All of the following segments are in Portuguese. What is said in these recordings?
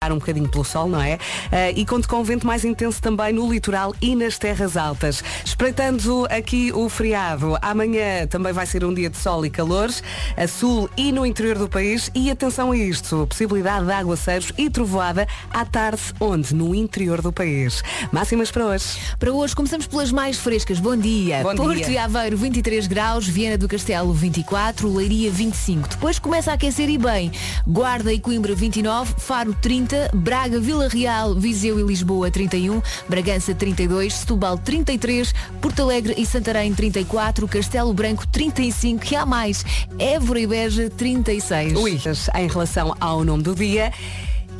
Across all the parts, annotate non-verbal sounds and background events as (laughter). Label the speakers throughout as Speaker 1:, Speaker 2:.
Speaker 1: passar um bocadinho pelo sol, não é? Eh, e conto com um vento mais intenso também no litoral e nas terras altas. Espreitando aqui o feriado, amanhã também vai ser um dia de sol e calores, a sul e no interior do país. E atenção a isto, possibilidade de aguaceiros e trovoada à tarde, onde? No interior do país. Máximas para hoje.
Speaker 2: Para hoje começamos pelas mais frescas. Bom dia.
Speaker 1: Bom
Speaker 2: Porto
Speaker 1: dia.
Speaker 2: e Aveiro 23 graus, Viana do Castelo 24, Leiria 25. Depois começa a aquecer e bem. Guarda e Coimbra 29, Faro 30, Braga, Vila Real, Viseu e Lisboa 31, Bragança 32, Setúbal 33, Porto Alegre e Santarém 34, Castelo Branco 35 e há mais. Évora e Beja 36.
Speaker 1: Ui. Em relação ao nome do dia.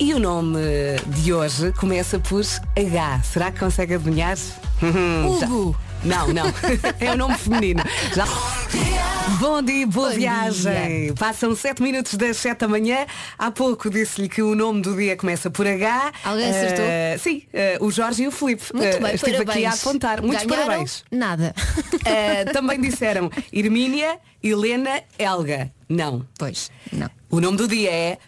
Speaker 1: E o nome de hoje começa por H. Será que consegue adivinhar? Hum, já-
Speaker 2: Uhum. Hugo.
Speaker 1: Não,
Speaker 2: (laughs)
Speaker 1: não. É o nome feminino. Já- Bom dia, boa
Speaker 2: Bom
Speaker 1: viagem. Passam 7 minutos das 7 da manhã. Há pouco disse-lhe que o nome do dia começa por H.
Speaker 2: Alguém
Speaker 1: Eh,
Speaker 2: acertou?
Speaker 1: sim, eh, o Jorge e o Felipe.
Speaker 2: Muito bem,
Speaker 1: Eh, Estive
Speaker 2: parabéns.
Speaker 1: aqui a apontar. Muitos
Speaker 2: Ganharam?
Speaker 1: parabéns.
Speaker 2: Nada.
Speaker 1: (laughs) Eh, também disseram Irmínia, Helena, Helga. Não.
Speaker 2: Pois, não.
Speaker 1: O nome do dia é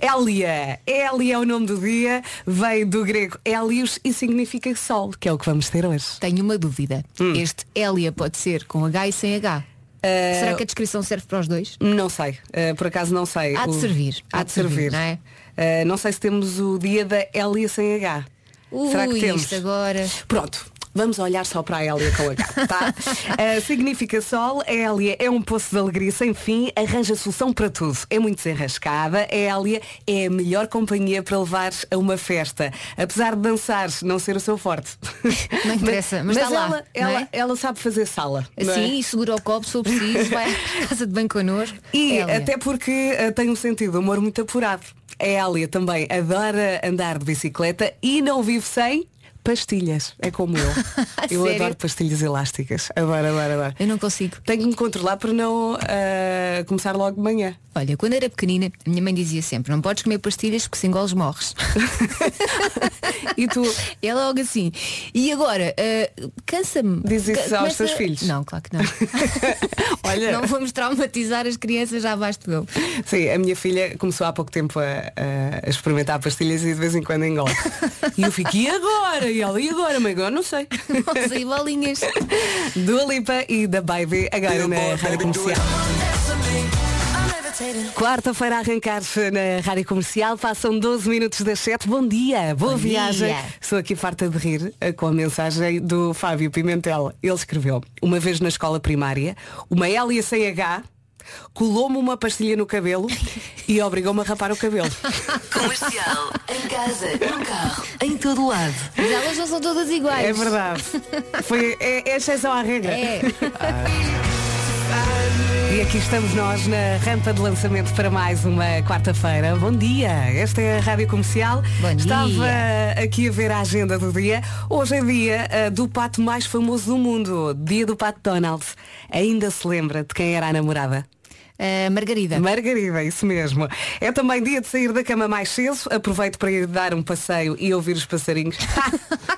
Speaker 1: Hélia. Hélia é o nome do dia, veio do grego Hélios e significa sol, que é o que vamos ter hoje. Hum.
Speaker 2: Tenho uma dúvida. Este Hélia pode ser com H e sem H. Será que a descrição serve para os dois?
Speaker 1: Eh, Não sei, eh, por acaso não sei.
Speaker 2: Há de servir.
Speaker 1: Há de servir. Eh,
Speaker 2: não
Speaker 1: Não,
Speaker 2: é?
Speaker 1: sei se temos o dia da Hélia sem H. Será que
Speaker 2: Ui,
Speaker 1: temos?
Speaker 2: isto agora.
Speaker 1: Pronto. Vamos olhar só para a Hélia com H,
Speaker 2: (laughs)
Speaker 1: tá? Eh, significa sol, a Hélia é um poço de alegria sem fim, arranja solução para tudo. É muito desenrascada, a Hélia é a melhor companhia para levar a uma festa. Apesar de dançar não ser o seu forte.
Speaker 2: Não interessa, (laughs) mas está lá,
Speaker 1: ela,
Speaker 2: não é?
Speaker 1: ela, ela sabe fazer sala. não é?
Speaker 2: Assim, segura o copo, se eu preciso,
Speaker 1: (laughs)
Speaker 2: vai à (laughs) casa de bem connosco. É
Speaker 1: E
Speaker 2: Hélia.
Speaker 1: até porque eh, tem um sentido de humor muito apurado. A Hélia também adora andar de bicicleta e não vive sem pastilhas. É
Speaker 2: (laughs)
Speaker 1: como eu. eu
Speaker 2: Sério?
Speaker 1: adoro pastilhas elásticas. Agora, agora, agora.
Speaker 2: Eu não consigo.
Speaker 1: Tenho que me controlar para não eh, começar logo de manhã.
Speaker 2: Olha, quando era pequenina, a minha mãe dizia sempre, não podes comer pastilhas porque se engoles morres.
Speaker 1: (laughs) E tu
Speaker 2: É logo assim. E agora, ah, cansa-me.
Speaker 1: Diz isso
Speaker 2: Ca-
Speaker 1: aos
Speaker 2: começa-
Speaker 1: teus filhos?
Speaker 2: Não, claro que não.
Speaker 1: Olha.
Speaker 2: Não vamos traumatizar as crianças já abaixo do eu.
Speaker 1: Sim, a minha filha começou há pouco tempo a, a- a experimentar pastilhas e de vez em
Speaker 2: (laughs)
Speaker 1: quando engole. E eu fico, e agora? E ela, e agora? Mas agora não sei.
Speaker 2: Mãos e bolinhas.
Speaker 1: (laughs) Dua Lipa e da Baby agora na Rádio Comercial. Quarta-feira a arrancar na Rádio Comercial, passam 12 minutos das 7. Bom dia, boa
Speaker 2: Bom
Speaker 1: viagem.
Speaker 2: dia.
Speaker 1: Estou aqui farta de rir eh, com a mensagem do Fábio Pimentel. Ele escreveu, uma vez na escola primária, uma Hélia sem H colou-me uma pastilha
Speaker 2: (laughs)
Speaker 1: no cabelo e obrigou-me a rapar o cabelo.
Speaker 3: Comercial, em casa, no carro, em todo lado.
Speaker 2: Mas elas não são todas iguais.
Speaker 1: É verdade. Foi, é, é exceção à regra. Ah.
Speaker 2: É.
Speaker 1: E aqui estamos nós na rampa de lançamento para mais uma quarta-feira. Bom dia, esta é a Rádio Comercial.
Speaker 2: Bom dia.
Speaker 1: Estava aqui a ver a agenda do dia. Hoje é dia ah, do pato mais famoso do mundo, dia do pato Donald. Ainda se lembra de quem era a namorada?
Speaker 2: Ah, Margarida.
Speaker 1: Margarida, isso mesmo. É também dia de sair da cama mais cedo. Aproveito para ir dar um passeio e ouvir os passarinhos. (laughs)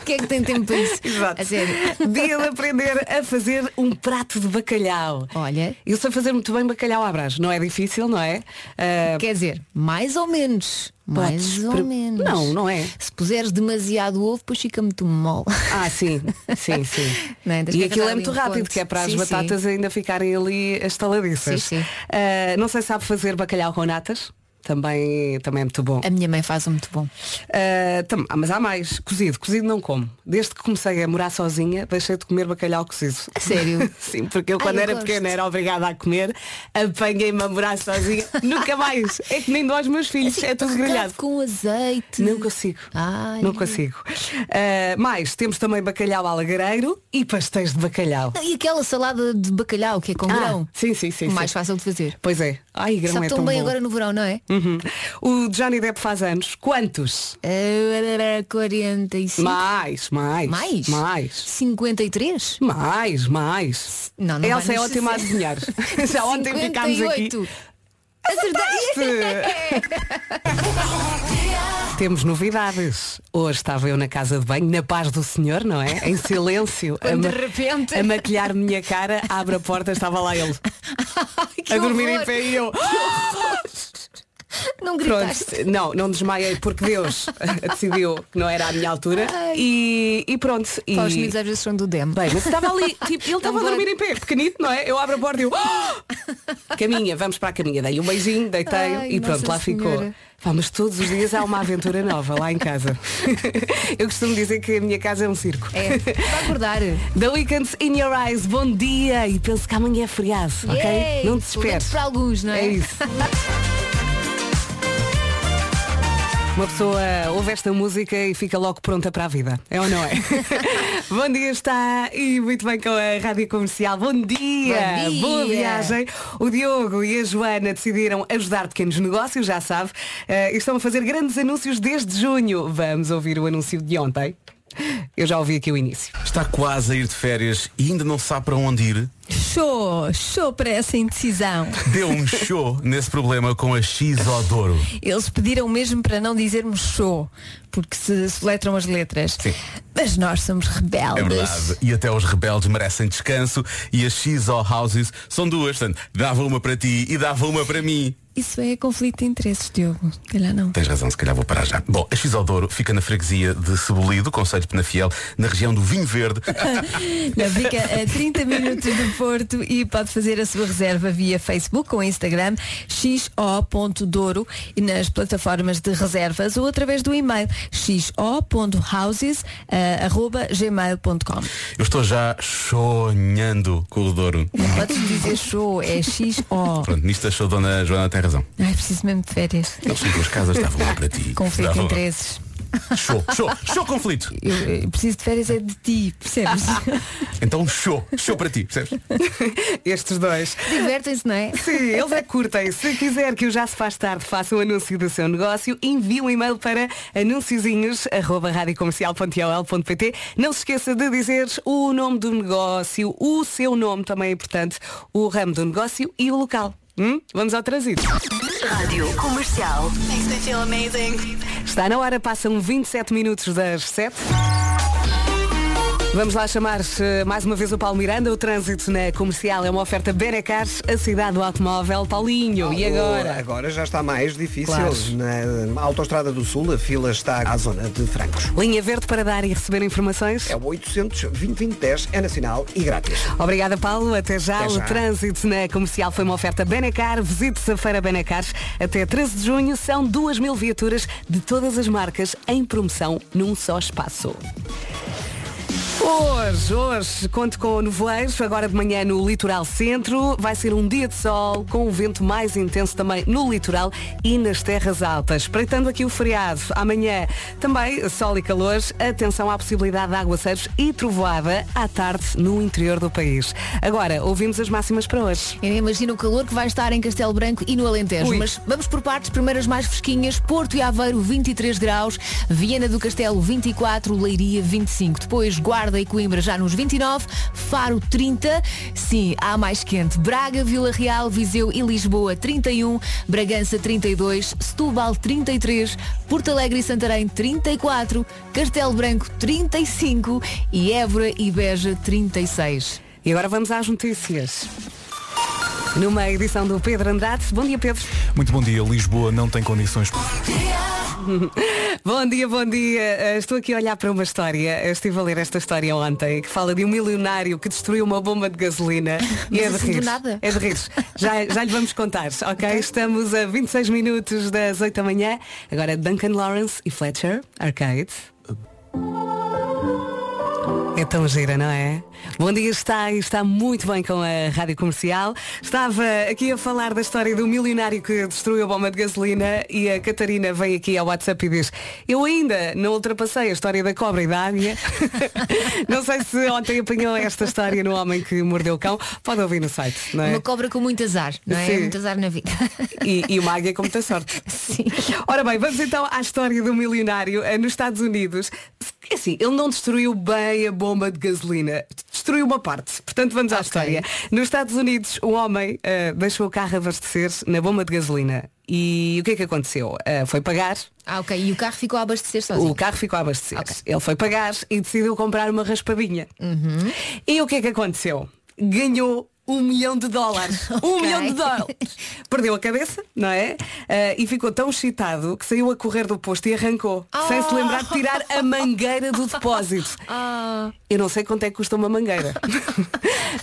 Speaker 2: Quem é que tem tempo para isso?
Speaker 1: Exato.
Speaker 2: A sério.
Speaker 1: Dia de aprender a fazer um prato de bacalhau.
Speaker 2: Olha.
Speaker 1: Eu sei fazer muito bem bacalhau à brás. Não é difícil, não é? Ah,
Speaker 2: Quer dizer, mais ou menos.
Speaker 1: Podes
Speaker 2: mais ou
Speaker 1: pre-
Speaker 2: menos.
Speaker 1: Não, não é.
Speaker 2: Se puseres demasiado ovo, depois fica muito mole.
Speaker 1: Ah, sim,
Speaker 2: (laughs)
Speaker 1: sim, sim.
Speaker 2: Não é? Tens
Speaker 1: E
Speaker 2: que
Speaker 1: aquilo
Speaker 2: agarrar
Speaker 1: é muito
Speaker 2: ali um
Speaker 1: rápido,
Speaker 2: ponto.
Speaker 1: que é para as
Speaker 2: Sim,
Speaker 1: batatas ainda ficarem ali estaladiças.
Speaker 2: Sim, sim.
Speaker 1: Ah, não sei se sabe fazer bacalhau com natas. Também, também é muito bom.
Speaker 2: A minha mãe faz um muito bom.
Speaker 1: Ah, tam- ah, mas há mais, cozido, cozido não como. Desde que comecei a morar sozinha, deixei de comer bacalhau cozido.
Speaker 2: A
Speaker 1: (laughs)
Speaker 2: sério?
Speaker 1: Sim, porque eu quando
Speaker 2: eu
Speaker 1: era
Speaker 2: gosto.
Speaker 1: pequena era obrigada a comer, apanhei-me a morar
Speaker 2: (laughs)
Speaker 1: sozinha, nunca mais. É que nem dou aos meus filhos, é tudo grelhado.
Speaker 2: Recado Com azeite.
Speaker 1: Não consigo.
Speaker 2: Assim, Ai.
Speaker 1: Não consigo. Ah, mais, temos também bacalhau alagareiro e pastéis de bacalhau.
Speaker 2: E aquela salada de bacalhau que é com Ah, grão.
Speaker 1: sim, sim, sim.
Speaker 2: mais
Speaker 1: sim.
Speaker 2: fácil de fazer.
Speaker 1: Pois é. Ai, Ah, grão
Speaker 2: Sabe
Speaker 1: é
Speaker 2: tão,
Speaker 1: tão
Speaker 2: bem
Speaker 1: bom.
Speaker 2: agora no verão, não é?
Speaker 1: Uhum. O Johnny Depp faz anos. Quantos?
Speaker 2: Ah, 45.
Speaker 1: Mais, mais.
Speaker 2: Mais?
Speaker 1: Mais.
Speaker 2: 53?
Speaker 1: Mais, mais.
Speaker 2: Não, não
Speaker 1: Elsa
Speaker 2: vai
Speaker 1: é
Speaker 2: nos
Speaker 1: ótima a
Speaker 2: 60. (laughs)
Speaker 1: adivinhar. (laughs) Já ontem ficámos aqui.
Speaker 2: 58. Acertaste! é
Speaker 1: Temos novidades. Hoje estava eu na casa de banho, na paz do Senhor, não é? Em silêncio. a
Speaker 2: Quando
Speaker 1: ma-
Speaker 2: de repente-
Speaker 1: A maquilhar minha cara, (laughs)
Speaker 4: (laughs)
Speaker 1: abre a porta, estava lá ele.
Speaker 2: Ai, que
Speaker 1: a dormir
Speaker 2: horror.
Speaker 1: em pé e eu.
Speaker 4: Não
Speaker 1: Pronto,
Speaker 4: gritaste.
Speaker 1: não, não desmaiei porque Deus (laughs) decidiu que não era a minha altura. E, e pronto. E...
Speaker 2: Pá, Os miúdos às vezes são do demo.
Speaker 1: Bem, mas
Speaker 2: (laughs)
Speaker 1: estava ali, tipo, ele estava a
Speaker 4: bora.
Speaker 1: dormir em pé, pequenito, não é? Eu abro a porta e eu. "Ah!" Caminha, vamos para a caminha. Dei um beijinho, deitei-o
Speaker 4: Ai,
Speaker 1: e pronto,
Speaker 4: Nossa
Speaker 1: lá ficou.
Speaker 4: Senhora.
Speaker 1: Pá, mas todos os dias há uma aventura nova lá em casa. Eu costumo dizer que a minha casa é um circo.
Speaker 2: É, vai acordar.
Speaker 1: The Weekends in Your Eyes, bom dia! E penso que amanhã é feriado, ok?
Speaker 4: Yay!
Speaker 1: Não
Speaker 2: Pelo menos
Speaker 1: desesperes.
Speaker 2: para alguns, não é?
Speaker 1: É isso. Uma pessoa ouve esta música e fica logo pronta para a vida. É ou não
Speaker 2: (laughs)
Speaker 1: é? Bom dia está e muito bem com a Rádio Comercial. Bom dia!
Speaker 2: Bom dia!
Speaker 1: Boa viagem! O Diogo e a Joana decidiram ajudar pequenos negócios, já sabe, eh, e estão a fazer grandes anúncios desde junho. Vamos ouvir o anúncio de ontem. Eu já ouvi aqui o início.
Speaker 5: Está quase a ir de férias e ainda não sabe para onde ir.
Speaker 4: Show, show para essa indecisão.
Speaker 1: (laughs)
Speaker 5: Deu um show nesse problema com a X Odoro.
Speaker 4: Eles pediram mesmo para não dizermos show, porque se soletram as letras.
Speaker 5: Sim.
Speaker 4: Mas nós somos
Speaker 5: É
Speaker 4: rebeldes.
Speaker 5: verdade. E até os rebeldes merecem descanso. E as XO Houses são duas. Portanto, dava uma para ti e dava uma para mim.
Speaker 4: Isso é conflito de interesses, Diogo. Se
Speaker 5: (laughs)
Speaker 4: calhar não.
Speaker 5: Tens razão, se calhar vou parar já. Bom, a X Odoro fica na freguesia de Cebolido, Conselho de Penafiel, na região do
Speaker 1: (laughs)
Speaker 5: Vinho Verde.
Speaker 4: Não, fica a 30 minutos do Porto e pode fazer a sua reserva via Facebook ou Instagram xo.douro e nas plataformas de reservas ou através do e-mail eh, xo.houses.gmail.com
Speaker 5: Eu estou já sonhando com o Douro.
Speaker 4: Podes dizer show, é xo.
Speaker 5: Pronto, nisto achou a Dona Joana tem razão.
Speaker 4: Ai, preciso mesmo de férias.
Speaker 5: Não são duas casas, dava uma para ti.
Speaker 4: Conflito
Speaker 5: dava
Speaker 4: de
Speaker 5: uma-
Speaker 4: interesses.
Speaker 5: Show, show, show conflito.
Speaker 4: Eu, eu preciso de férias é de ti, percebes?
Speaker 5: Então show, show para ti, percebes?
Speaker 1: Estes dois.
Speaker 2: Divertem-se, não é?
Speaker 1: Sim, eles é que curtem. Se quiser que o Já Se Faz Tarde faça um anúncio do seu negócio, envie um e-mail para anunciozinhos.radiocomercial.ol.pt Não se esqueça de dizer o nome do negócio, o seu nome também é importante, o ramo do negócio e o local. Hum? Vamos ao trânsito.
Speaker 3: Rádio Comercial.
Speaker 1: Está na hora, passam 27 minutos das 7. Vamos lá chamar eh, mais uma vez o Paulo Miranda. O trânsito na comercial é uma oferta Berecars, a cidade do automóvel. Paulinho, e agora?
Speaker 6: Agora já está mais difícil.
Speaker 1: Claro.
Speaker 6: Na Autostrada do Sul, a fila está à zona de Francos.
Speaker 1: Linha verde para dar e receber informações.
Speaker 6: É o 800 2010 é nacional e grátis.
Speaker 1: Obrigada, Paulo. Até já.
Speaker 6: Até já.
Speaker 1: O trânsito na comercial foi uma oferta Benacar. Visite-se a Feira Benacar. Até 13 de junho são 2 mil viaturas de todas as marcas em promoção num só espaço. Hoje, hoje, conto com o nevoeiro, agora de manhã no litoral centro. Vai ser um dia de sol, com o vento mais intenso também no litoral e nas terras altas. Espreitando aqui o feriado, amanhã também sol e calor. Atenção à possibilidade de aguaceiros e trovoada à tarde no interior do país. Agora, ouvimos as máximas para hoje.
Speaker 2: Eu imagino o calor que vai estar em Castelo Branco e no Alentejo.
Speaker 1: Ui.
Speaker 2: Mas vamos por partes, primeiras mais fresquinhas. Porto e Aveiro, 23 graus. Viena do Castelo, 24. Leiria, 25. Depois Guarda e Coimbra já nos 29. Faro, 30. Sim, há mais quente. Braga, Vila Real, Viseu e Lisboa, 31. Bragança, 32. Setúbal, 33. Porto Alegre e Santarém, 34. Castelo Branco, 35. E Évora e Beja, 36.
Speaker 1: E agora vamos às notícias. Numa edição do Pedro Andrade. Bom dia, Pedro.
Speaker 7: Muito bom dia. Lisboa não tem condições.
Speaker 1: (laughs) Bom dia, bom dia. Uh, Estou aqui a olhar para uma história. Eu estive a ler esta história ontem que fala de um milionário que destruiu uma bomba
Speaker 2: (laughs)
Speaker 1: de gasolina. e é de
Speaker 2: assim
Speaker 1: rir.
Speaker 2: do nada?
Speaker 1: É de rir. Já, já lhe
Speaker 2: (laughs)
Speaker 1: vamos contar, ok? Estamos a 26 minutos das 8 da manhã. Agora Duncan Lawrence e Fletcher, Arcade. É tão gira, não é? Bom dia, está e está muito bem com a Rádio Comercial. Estava aqui a falar da história do milionário que destruiu a bomba de gasolina e a Catarina vem aqui ao WhatsApp e diz eu ainda não ultrapassei a história da cobra e da águia. (laughs) não sei se ontem apanhou esta história no Homem que Mordeu o Cão. Pode ouvir no site, não é?
Speaker 2: Uma cobra com muito azar, não é?
Speaker 1: Sim.
Speaker 2: Muito azar na vida. (laughs)
Speaker 1: E, e uma águia com muita sorte.
Speaker 2: Sim.
Speaker 1: Ora bem, vamos então à história do milionário eh, nos Estados Unidos. Assim, ele não destruiu bem a bomba de gasolina. Destruiu uma parte. Portanto, vamos à história. Nos Estados Unidos, o homem eh, deixou o carro abastecer na bomba de gasolina. E o que é que aconteceu? Eh, foi pagar,
Speaker 2: Ah, ok. E o carro ficou a abastecer sozinho.
Speaker 1: o carro ficou a abastecer.
Speaker 2: Ok.
Speaker 1: Ele foi
Speaker 2: Uhum.
Speaker 1: pagar e decidiu comprar uma raspadinha. E o que é que aconteceu? Ganhou um milhão de dólares.
Speaker 2: (laughs)
Speaker 1: Um
Speaker 2: Ok.
Speaker 1: milhão de dólares. Perdeu a cabeça, não é? Ah, e ficou tão excitado que saiu a correr do posto e arrancou, sem se lembrar
Speaker 2: Oh.
Speaker 1: de tirar a mangueira
Speaker 2: (laughs)
Speaker 1: do depósito. Eu não sei quanto é que custa uma mangueira,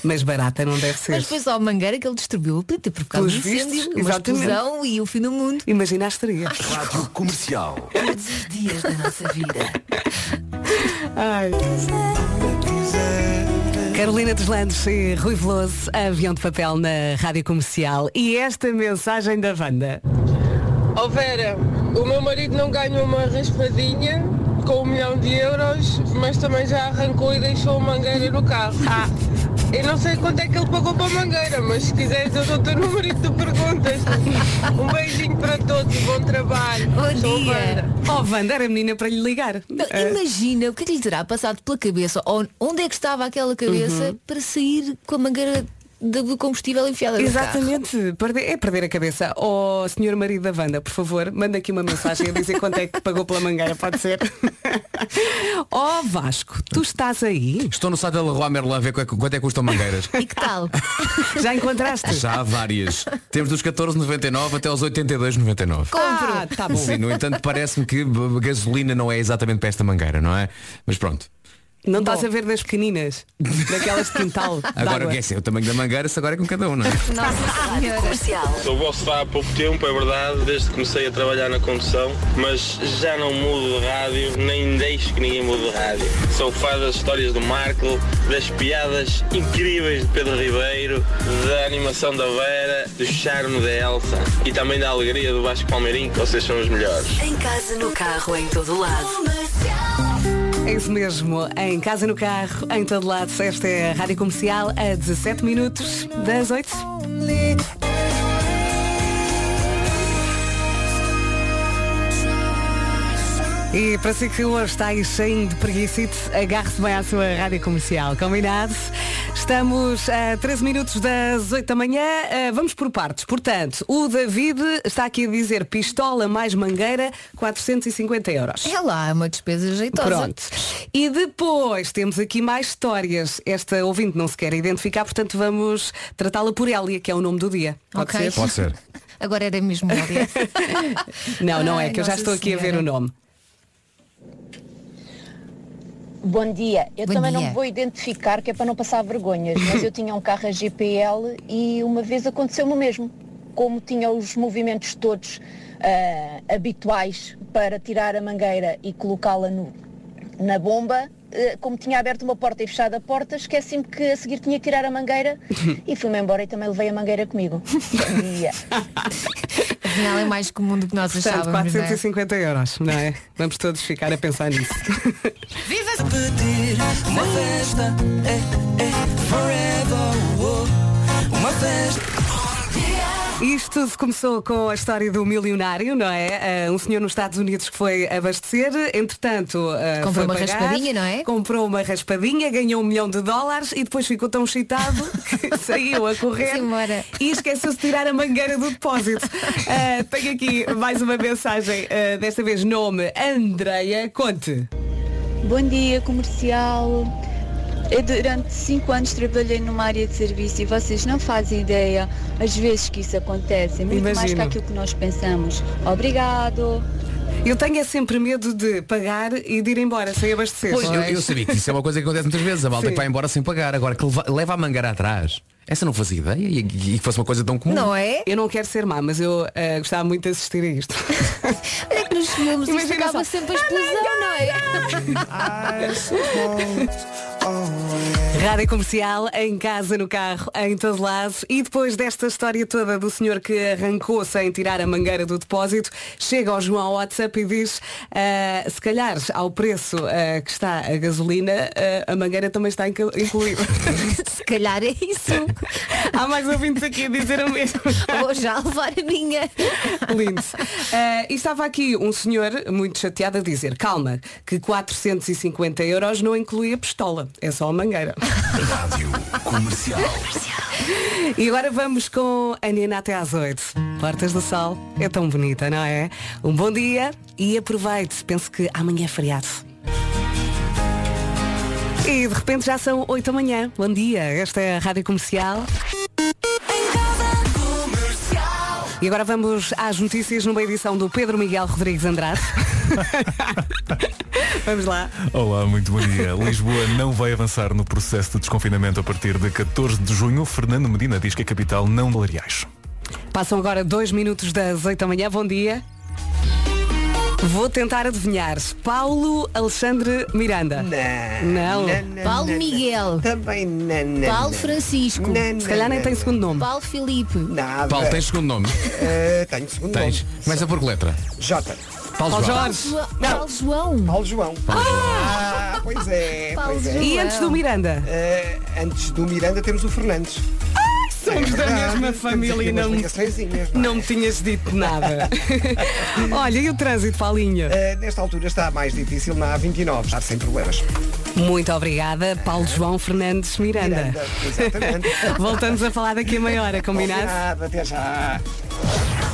Speaker 1: mas barata não deve ser.
Speaker 2: Mas foi só a mangueira que ele distribuiu a plita por causa
Speaker 1: Pelos
Speaker 2: do incêndio,
Speaker 1: vistos,
Speaker 2: uma
Speaker 1: exatamente.
Speaker 2: explosão e o fim do mundo.
Speaker 1: Imagina a estaria.
Speaker 5: Rádio Comercial.
Speaker 3: Todos os dias da nossa vida.
Speaker 1: Ai. Carolina Deslandes e Rui Veloso, avião de papel na rádio comercial. E esta mensagem da Wanda.
Speaker 8: Ó Vera, o meu marido não ganhou uma raspadinha com um milhão de euros, mas também já arrancou e deixou a mangueira no carro. Ah, eu não sei quanto é que ele pagou para a mangueira, mas se quiseres eu dou o teu número e tu perguntas. Um beijinho para todos, bom trabalho.
Speaker 2: Bom
Speaker 8: Sou a
Speaker 2: dia.
Speaker 8: Vera.
Speaker 1: Oh, Wanda, era a menina para lhe ligar.
Speaker 2: Não, Imagina o que é que lhe terá passado pela cabeça, ou onde é que estava aquela cabeça
Speaker 1: Uhum.
Speaker 2: para sair com a mangueira de- do combustível enfiada no carro.
Speaker 1: Exatamente, Perde- é perder a cabeça. Oh, senhor marido da Wanda, por favor, manda aqui uma mensagem a dizer quanto é que pagou pela mangueira, pode ser? oh, Vasco, tu estás aí?
Speaker 9: Estou no site da Leroy Merlin a ver qu- quanto é que custam mangueiras.
Speaker 2: E que tal?
Speaker 1: (laughs) Já encontraste?
Speaker 9: Já há várias. Temos dos 14,99 até aos 82,99.
Speaker 2: Compro.
Speaker 1: Ah, tá bom.
Speaker 9: Sim, no entanto, parece-me que b- gasolina não é exatamente para esta mangueira, não é? Mas pronto.
Speaker 1: Não estás a ver das pequeninas? Daquelas de quintal.
Speaker 9: Agora o
Speaker 1: d'água.
Speaker 9: que é assim, o tamanho da mangueira, isso agora é com cada um, não é?
Speaker 2: Nossa
Speaker 3: Rádio
Speaker 2: senhora.
Speaker 3: Comercial.
Speaker 8: Sou vosso há pouco tempo, é verdade, desde que comecei a trabalhar na condução, mas já não mudo de rádio, nem deixo que ninguém mude de rádio. Sou fã das histórias do Marco, das piadas incríveis de Pedro Ribeiro, da animação da Vera, do charme da Elsa e também da alegria do Vasco Palmeirinho, que vocês são os melhores.
Speaker 3: Em casa, no carro, em todo lado.
Speaker 1: É isso mesmo, em casa, no carro, em todo lado. Esta é a Rádio Comercial a 17 minutos das 8. E para si que hoje está aí cheio de preguiçite, agarre-se bem à sua Rádio Comercial, combinado? Estamos a 13 minutos das 8 da manhã, Ah, vamos por partes. Portanto, o David está aqui a dizer pistola mais mangueira, 450 euros.
Speaker 2: É lá, é uma despesa jeitosa.
Speaker 1: Pronto. E depois temos aqui mais histórias. Esta ouvinte não se quer identificar, portanto vamos tratá-la por Hélia, que é o nome do dia. Pode
Speaker 2: Ok.
Speaker 1: ser?
Speaker 9: Pode ser.
Speaker 2: Agora era mesmo
Speaker 1: (laughs)
Speaker 2: óbvio.
Speaker 1: Não, não é,
Speaker 2: Ai,
Speaker 1: que eu já
Speaker 2: Nossa
Speaker 1: estou aqui a ver
Speaker 2: Senhora.
Speaker 1: o nome.
Speaker 10: Bom dia. Eu
Speaker 2: Bom
Speaker 10: também
Speaker 2: dia.
Speaker 10: não vou identificar, que é para não passar vergonhas, mas eu tinha um carro a GPL e uma vez aconteceu-me o mesmo. Como tinha os movimentos todos ah, habituais para tirar a mangueira e colocá-la no- na bomba, eh, como tinha aberto uma porta e fechado a porta, esqueci-me que a seguir tinha que tirar a mangueira e fui-me embora e também levei a mangueira comigo. Bom dia.
Speaker 2: (laughs) Afinal é mais comum do que nós
Speaker 1: Portanto,
Speaker 2: achávamos. não é?
Speaker 1: 450 euros, não é? Vamos todos ficar a pensar nisso. é, Isto tudo começou com a história do milionário, não é? Ah, um senhor nos Estados Unidos que foi abastecer, entretanto. ah,
Speaker 2: Comprou
Speaker 1: foi
Speaker 2: uma
Speaker 1: pagar,
Speaker 2: raspadinha, não é?
Speaker 1: Comprou uma raspadinha, ganhou um milhão de dólares e depois ficou tão excitado (laughs) que saiu a correr
Speaker 2: Foi-se embora.
Speaker 1: e esqueceu-se de tirar a mangueira do depósito. Ah, tenho aqui mais uma mensagem, ah, desta vez nome Andreia Conte.
Speaker 10: Bom dia, comercial. Eu durante 5 anos trabalhei numa área de serviço e vocês não fazem ideia às vezes que isso acontece. É muito mais que
Speaker 1: Imagino.
Speaker 10: aquilo que nós pensamos. Obrigado.
Speaker 1: Eu tenho é sempre medo de pagar e de ir embora sem abastecer.
Speaker 9: Pois, eu, eu sabia que isso é uma coisa que acontece muitas vezes. A malta
Speaker 1: Sim.
Speaker 9: que vai embora sem pagar. Agora que leva, leva a mangueira atrás. Essa não fazia ideia e, e- e que fosse uma coisa tão comum.
Speaker 2: Não é?
Speaker 1: Eu não quero ser má, mas eu ah, gostava muito de assistir a isto.
Speaker 2: (laughs) Olha que
Speaker 1: (laughs)
Speaker 2: nos filmes isto
Speaker 1: Imagina
Speaker 2: acaba
Speaker 1: só.
Speaker 2: sempre a explosão, não é?
Speaker 1: Rádio Comercial, em casa, no carro, em todo lado. E depois desta história toda do senhor que arrancou sem tirar a mangueira do depósito, chega ao João ao WhatsApp e diz, ah, se calhar ao preço ah, que está a gasolina, ah, a mangueira também está inclu- (laughs) incluída.
Speaker 2: Se calhar é isso.
Speaker 1: Há mais ouvintes aqui a dizer o (laughs) mesmo.
Speaker 2: Vou já levar a minha.
Speaker 1: Lindo. Ah, e estava aqui um senhor muito chateado a dizer, calma, que 450 euros não inclui a pistola, é só a mangueira.
Speaker 5: Rádio Comercial.
Speaker 1: E agora vamos com a Nina até às 8. Portas do Sol é tão bonita, não é? Um bom dia e aproveite. Penso que amanhã é feriado. E de repente já são 8 da manhã. Bom dia, esta é a Rádio Comercial. E agora vamos às notícias numa edição do Pedro Miguel Rodrigues Andrade. (laughs) vamos lá.
Speaker 7: Olá, muito bom dia. Lisboa não vai avançar no processo de desconfinamento a partir de 14 de junho. Fernando Medina diz que a capital não de Lariais.
Speaker 1: Passam agora dois minutos das 8 da manhã. Bom dia. Vou tentar adivinhar. Paulo Alexandre Miranda. Não.
Speaker 2: Não, não, Paulo não, Miguel.
Speaker 6: Também não, não,
Speaker 2: Paulo
Speaker 6: não.
Speaker 2: Francisco.
Speaker 6: Não,
Speaker 1: Se calhar
Speaker 6: não,
Speaker 1: nem
Speaker 6: não,
Speaker 1: tem segundo nome.
Speaker 2: Paulo Filipe.
Speaker 6: Nada.
Speaker 9: Paulo, tens segundo nome?
Speaker 6: Eh, tenho segundo
Speaker 9: Tens.
Speaker 6: nome.
Speaker 9: Começa por que letra?
Speaker 6: Jota.
Speaker 1: Paulo
Speaker 2: Paulo,
Speaker 1: Jorge.
Speaker 2: João- Paulo João.
Speaker 6: Paulo João. Ah, pois é,
Speaker 2: Paulo
Speaker 6: pois é.
Speaker 2: João.
Speaker 1: E antes do Miranda?
Speaker 6: Eh, antes do Miranda temos o Fernandes. É
Speaker 1: Somos da mesma família e não, não me tinhas
Speaker 6: (laughs)
Speaker 1: dito nada. Olha, e o trânsito, Paulinha?
Speaker 6: Eh, nesta altura está mais difícil na A29, está sem problemas.
Speaker 1: Muito obrigada, Paulo João Fernandes Miranda.
Speaker 6: Miranda, exatamente.
Speaker 1: (laughs) Voltamos a falar daqui a meia hora, combinado?
Speaker 6: Combinado, até já.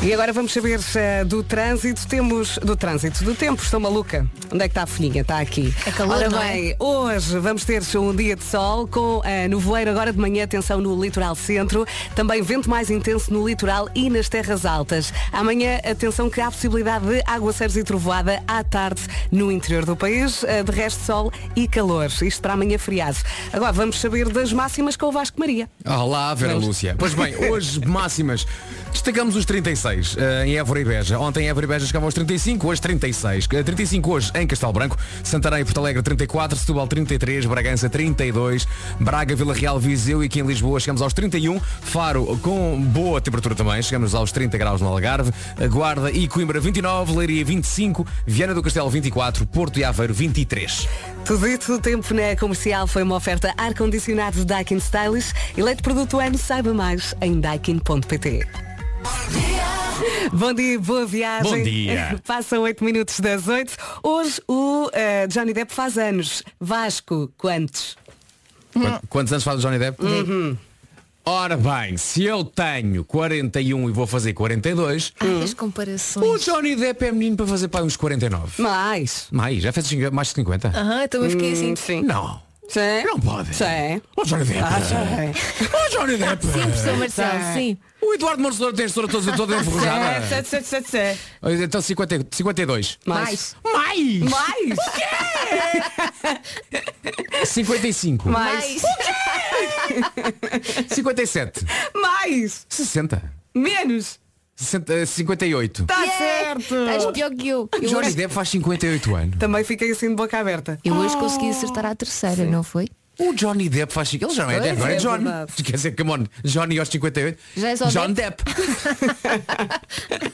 Speaker 1: E agora vamos saber eh, do trânsito. Temos do trânsito, do tempo. Estou maluca. Onde é que está a folhinha? Está aqui.
Speaker 2: É calor,
Speaker 1: Ora
Speaker 2: não é?
Speaker 1: bem, hoje vamos ter um dia de sol com eh, nevoeiro agora de manhã, atenção no litoral centro. Também vento mais intenso no litoral e nas terras altas. Amanhã, atenção que há possibilidade de aguaceiros e trovoada à tarde no interior do país. Eh, de resto, sol e calor. Isto para amanhã feriado. Agora vamos saber das máximas com o Vasco Maria.
Speaker 9: Olá, Ah, Vera
Speaker 1: Vamos.
Speaker 9: Lúcia. Pois bem, hoje máximas. Destacamos os 36 eh, em Évora e Beja. Ontem em Évora e Beja chegavam aos 35, hoje 36. Eh, 35 hoje em Castelo Branco, Santarém e Porto Alegre 34, Setúbal 33, Bragança 32, Braga, Vila Real, Viseu e aqui em Lisboa chegamos aos 31, Faro com boa temperatura também, chegamos aos 30 graus no Algarve, Eh, Guarda e Coimbra 29, Leiria 25, Viana do Castelo 24, Porto e Aveiro 23.
Speaker 1: Tudo isso, o tempo na comercial foi uma oferta ar-condicionado Daikin Stylish. Eleito produto ano, saiba mais em daikin.pt. Bom dia, boa viagem.
Speaker 9: Bom dia.
Speaker 1: (laughs) Passam 8 minutos das 8. Hoje o eh, Johnny Depp faz anos. Vasco, quantos?
Speaker 9: Quant- Quantos anos faz o Johnny Depp?
Speaker 2: Uhum.
Speaker 9: Ora bem, se eu tenho 41 e vou fazer 42,
Speaker 2: Ai, as
Speaker 9: o
Speaker 2: comparações.
Speaker 9: Johnny Depp é menino para fazer pai uns 49.
Speaker 1: Mais. Hum,
Speaker 9: Mais, já fez cinqu- mais de 50?
Speaker 2: Aham, eu também fiquei assim.
Speaker 1: Sim.
Speaker 9: Não.
Speaker 1: Sim.
Speaker 9: Não pode.
Speaker 1: Sim.
Speaker 9: O Johnny Depp.
Speaker 1: Ah, sim.
Speaker 9: O Johnny Depp.
Speaker 2: é. Sim, professor Marcelo, sim.
Speaker 9: O Eduardo Marcelo tem a história toda,
Speaker 2: (laughs)
Speaker 9: toda
Speaker 1: Tá
Speaker 9: enferrujada.
Speaker 1: Sim, sim, sim, sim.
Speaker 9: Então 50, 52.
Speaker 1: tá Mais.
Speaker 9: Mais!
Speaker 1: Mais.
Speaker 9: 55.
Speaker 1: Mais.
Speaker 9: 57.
Speaker 1: Mais.
Speaker 9: 60.
Speaker 1: Menos.
Speaker 9: 60 58.
Speaker 1: Está
Speaker 2: Yeah,
Speaker 1: Tá certo.
Speaker 2: Estás pior que eu. Eu
Speaker 9: Johnny
Speaker 2: hoje,
Speaker 9: Depp faz 58 anos.
Speaker 1: Também fiquei assim de boca aberta.
Speaker 2: eu hoje consegui acertar à terceira, não foi?
Speaker 9: O Johnny Depp faz Ele já não é
Speaker 1: Pois
Speaker 9: Depp, agora
Speaker 1: é,
Speaker 9: é Johnny.
Speaker 1: verdade.
Speaker 9: Quer dizer, come on, Johnny aos 58.
Speaker 2: Já é só
Speaker 9: John
Speaker 1: (laughs)
Speaker 9: Depp.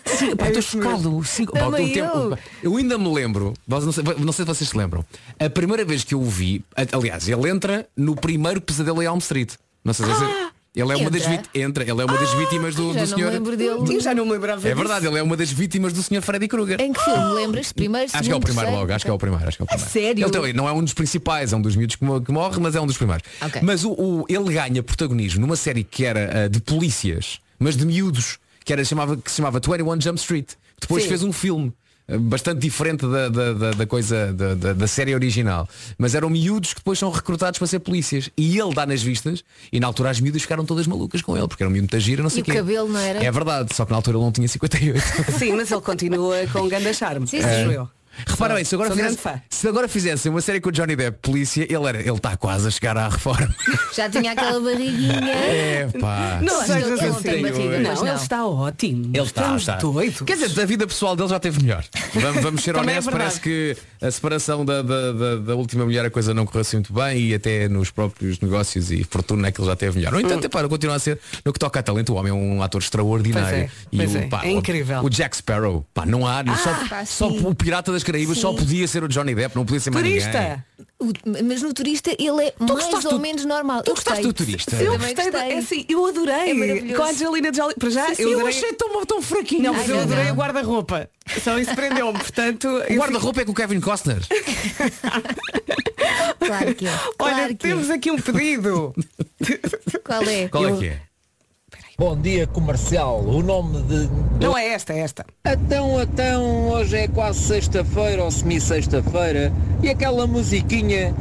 Speaker 9: Sim, pá, estou chocado. Cinco- pá,
Speaker 2: É Também
Speaker 9: o tempo-
Speaker 2: eu.
Speaker 9: eu ainda me lembro, vós não sei, não sei se vocês se lembram, a primeira vez que eu o vi, a- aliás, ele entra no primeiro pesadelo em Elm Street. Não sei se vocês- ele é uma
Speaker 2: Ah! Entra?
Speaker 9: das
Speaker 2: Ah!
Speaker 9: vítimas. Entra, ele é uma das vítimas do,
Speaker 2: Já
Speaker 9: do
Speaker 2: não
Speaker 9: senhor.
Speaker 2: me lembro dele.
Speaker 1: Eu já não me lembrava
Speaker 9: É verdade, ele é uma das vítimas do senhor Freddy Krueger.
Speaker 2: Em que filme? Lembras? Primeiro,
Speaker 9: Acho que é o
Speaker 2: segundo,
Speaker 9: primeiro
Speaker 2: terceiro?
Speaker 9: logo, acho que é o primeiro, acho que é o primeiro.
Speaker 2: sério?
Speaker 9: Ele também não é um dos principais, é um dos miúdos que mo- que morre, mas é um dos primeiros.
Speaker 2: Ok.
Speaker 9: Mas o, o- ele ganha protagonismo numa série que era ah, de polícias, mas de miúdos, que, era, chamava, que se chamava 21 Jump Street. que Depois fez um filme ah, bastante diferente da, da, da- da coisa da, da- da série original mas eram miúdos que depois são recrutados para ser polícias e ele dá nas vistas e na altura as miúdas ficaram todas malucas com ele porque era um miúdo muito gira não sei
Speaker 2: E o
Speaker 9: quê.
Speaker 2: cabelo, não era?
Speaker 9: é verdade só que na altura ele não tinha 58
Speaker 1: Sim, mas ele continua com um grande charme.
Speaker 2: Sim, sim.
Speaker 1: acho eu. Sou-
Speaker 9: Repara bem, Eh, se agora,
Speaker 1: sou
Speaker 9: fizesse,
Speaker 1: grande fã.
Speaker 9: se agora fizessem uma série com o Johnny Depp, polícia, ele era, ele está quase a chegar
Speaker 1: (laughs)
Speaker 9: à reforma.
Speaker 2: Já tinha aquela barriguinha.
Speaker 9: É pá.
Speaker 1: Não
Speaker 2: acho que ele-
Speaker 1: sejas
Speaker 2: ele não tem
Speaker 1: assim.
Speaker 2: barriga,
Speaker 1: Não,
Speaker 2: pois
Speaker 1: ele
Speaker 2: não.
Speaker 1: está ótimo.
Speaker 9: Ele está,
Speaker 1: Estamos
Speaker 9: está.
Speaker 1: doidos.
Speaker 9: Quer dizer, da vida pessoal dele já teve melhor. Vamos, vamos ser
Speaker 1: (laughs) Também é
Speaker 9: honestos,
Speaker 1: verdade.
Speaker 9: parece que a separação da, da, da- da última mulher a coisa não correu assim muito bem e até nos próprios negócios e fortuna é que ele já teve melhor. No
Speaker 1: Hum.
Speaker 9: entanto, epá, continua a ser, no que toca a talento, o homem é um ator extraordinário.
Speaker 1: Pois é, pois
Speaker 9: e o,
Speaker 1: é. É
Speaker 9: o-
Speaker 1: incrível. Ah,
Speaker 9: O, Jack Sparrow, pá, não há, só,
Speaker 2: pá,
Speaker 9: só
Speaker 2: sim.
Speaker 9: o Pirata das Caraíbas só podia ser o Johnny Depp, não podia ser mais ninguém.
Speaker 1: Turista.
Speaker 2: O- mas no turista ele é mais
Speaker 9: gostaste
Speaker 2: ou
Speaker 9: do-
Speaker 2: menos normal.
Speaker 9: tu
Speaker 2: Eu gostei.
Speaker 9: gostaste do turista?
Speaker 2: Eu
Speaker 1: Eu
Speaker 2: também
Speaker 1: gostei, da-
Speaker 2: gostei.
Speaker 1: é assim, eu
Speaker 2: É
Speaker 1: adorei.
Speaker 2: maravilhoso.
Speaker 1: com a Angelina Jolie. Para já, eu adorei.
Speaker 9: tão, tão fraquinho.
Speaker 1: Não, mas
Speaker 2: Ai,
Speaker 1: eu
Speaker 2: não,
Speaker 1: adorei
Speaker 2: não.
Speaker 1: o guarda-roupa. Só isso prendeu-me, portanto.
Speaker 9: o
Speaker 1: eu
Speaker 9: guarda-roupa é com o Kevin Costner.
Speaker 2: Claro que é.
Speaker 1: fico- Olha,
Speaker 2: Claro que é.
Speaker 1: temos aqui um pedido.
Speaker 2: Qual é?
Speaker 9: Qual
Speaker 1: Eu-
Speaker 9: é que é?
Speaker 11: Bom dia comercial. O nome de.
Speaker 1: Não é esta, é esta.
Speaker 11: Então, então, hoje é quase sexta-feira ou semi-sexta-feira e aquela musiquinha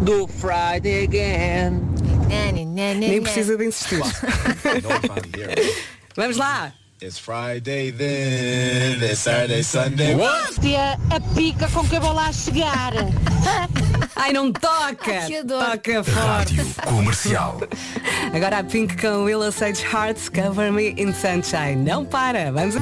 Speaker 11: do Friday Again.
Speaker 2: Né, né, né, né,
Speaker 1: Nem
Speaker 2: né.
Speaker 12: (laughs)
Speaker 1: precisa de insistir. Vamos lá.
Speaker 13: It's Friday then, it's Saturday, Sunday.
Speaker 14: Hóstia, a pica com que eu vou lá chegar.
Speaker 1: (laughs) Ai, não toca! toca forte!
Speaker 5: Comercial.
Speaker 1: Agora a Pink com Willa Sage Hearts, Cover Me in Sunshine. Não para, vamos.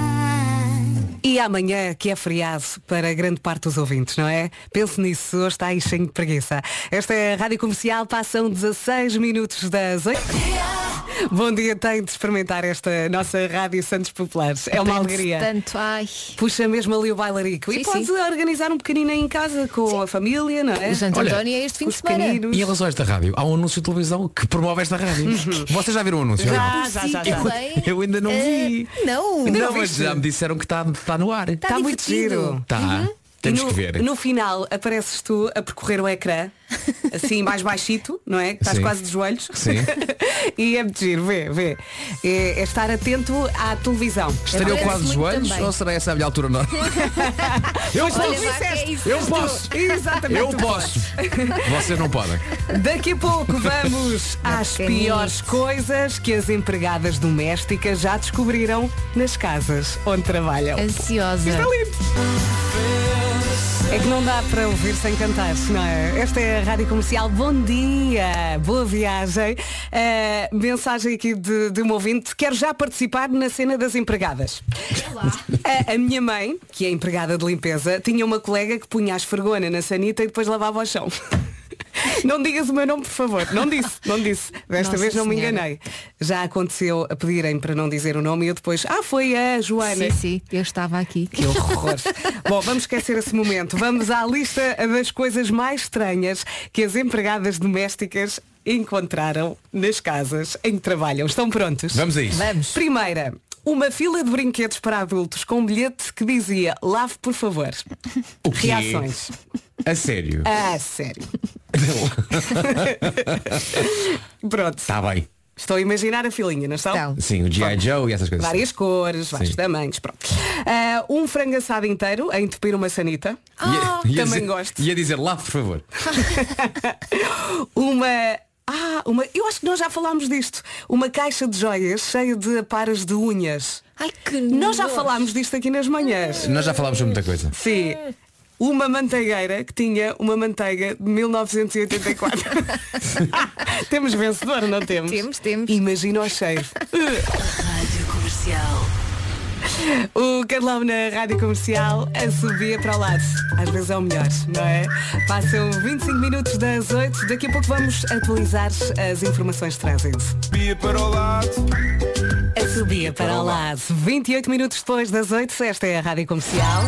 Speaker 1: E amanhã, que é feriado para grande parte dos ouvintes, não é? Pense nisso, hoje está aí cheio de preguiça. Esta é a Rádio Comercial, passam 16 minutos das 8. Bom dia, tem de experimentar esta nossa Rádio Santos Populares. É uma
Speaker 4: Aprende-se
Speaker 1: alegria.
Speaker 4: Tanto, ai.
Speaker 1: Puxa mesmo ali o bailarico.
Speaker 4: Sim,
Speaker 1: e pode
Speaker 4: sim.
Speaker 1: organizar um pequenino aí em casa com a família, não é?
Speaker 9: O Santo Olha, António é
Speaker 1: este fim de semana.
Speaker 9: E em relação a esta rádio, há um anúncio de televisão que promove esta rádio. Vocês já viram o anúncio?
Speaker 1: Uhum. Já, já, já, já.
Speaker 9: Eu, (laughs) eu ainda
Speaker 1: Eh,
Speaker 9: não vi.
Speaker 1: não.
Speaker 9: Ainda não,
Speaker 1: Não ah,
Speaker 9: mas
Speaker 1: viste?
Speaker 9: já me disseram que está está no ar.
Speaker 1: Está muito giro.
Speaker 9: Está. Temos
Speaker 1: no,
Speaker 9: que ver.
Speaker 1: No final apareces tu a percorrer o ecrã, assim mais baixito, não é? Estás
Speaker 9: Sim.
Speaker 1: quase de joelhos.
Speaker 9: Sim.
Speaker 1: (laughs) e é muito giro, vê, vê. É, é estar atento à televisão.
Speaker 9: Estaria quase de joelhos ou será essa a minha altura
Speaker 1: (laughs)
Speaker 9: não? Eu
Speaker 1: Mas é tu
Speaker 9: posso.
Speaker 1: disseste,
Speaker 9: Eu posso.
Speaker 1: (laughs) Exatamente.
Speaker 9: Eu
Speaker 1: tu
Speaker 9: posso.
Speaker 1: podes.
Speaker 9: Vocês não podem.
Speaker 1: Daqui a pouco vamos às piores coisas que as empregadas domésticas já descobriram nas casas onde trabalham.
Speaker 2: Ansiosa.
Speaker 1: Está lindo. É que não dá para ouvir sem cantar, não é? Esta é a Rádio Comercial. Bom dia, boa viagem. Eh, mensagem aqui de, de um ouvinte. Quero já participar na cena das empregadas. A, a minha mãe, que é empregada de limpeza, tinha uma colega que punha a esfregona na sanita e depois lavava ao chão. (laughs) Não digas o meu nome, por favor. Não disse, não disse. Desta
Speaker 2: Nossa
Speaker 1: vez não me
Speaker 2: Senhora.
Speaker 1: enganei. Já aconteceu a pedirem para não dizer o nome e eu depois, ah, foi a Joana.
Speaker 2: Sim, sim, eu estava aqui.
Speaker 1: Que (laughs) horror. Bom, vamos esquecer esse momento. Vamos à lista das coisas mais estranhas que as empregadas domésticas encontraram nas casas em que trabalham. Estão prontos?
Speaker 9: Vamos a isso.
Speaker 1: Vamos. Primeira, uma fila de brinquedos para adultos com um bilhete que dizia lave por favor.
Speaker 9: O quê?
Speaker 1: Reações.
Speaker 9: A sério.
Speaker 1: Ah, sério. Pronto.
Speaker 9: Está Tá bem.
Speaker 1: Estou a imaginar a filinha, não estão?
Speaker 9: Sim, o G.I. Joe e essas coisas.
Speaker 1: Várias cores, vários
Speaker 9: Sim.
Speaker 1: tamanhos, pronto. Ah, um frango assado inteiro a entupir uma sanita. Ah,
Speaker 9: Ia- ia
Speaker 1: também
Speaker 9: dizer-
Speaker 1: gosto.
Speaker 9: Ia dizer lá, por favor.
Speaker 1: Uma. Ah, uma. Eu acho que nós já falámos disto. Uma caixa de joias cheia de paras de unhas.
Speaker 4: Ai, que
Speaker 1: Nós já
Speaker 4: nojo.
Speaker 1: falámos disto aqui nas manhãs.
Speaker 9: Nós já falámos de muita coisa.
Speaker 1: Sim.
Speaker 4: É.
Speaker 1: Uma manteigueira que tinha uma manteiga de
Speaker 4: (laughs)
Speaker 1: 1984. temos vencedor, não temos? Temos, temos. Imagina o
Speaker 4: (laughs)
Speaker 1: cheiro.
Speaker 3: Rádio Comercial.
Speaker 12: É
Speaker 1: O Carlão na Rádio Comercial a subir para o lado. Às vezes é o melhor, não é? Passam 25 minutos das 8. Daqui a pouco vamos atualizar as informações de trânsito.
Speaker 12: Pia para o lado.
Speaker 1: A subia para o lado. 28 minutos depois das 8, esta é a Rádio Comercial.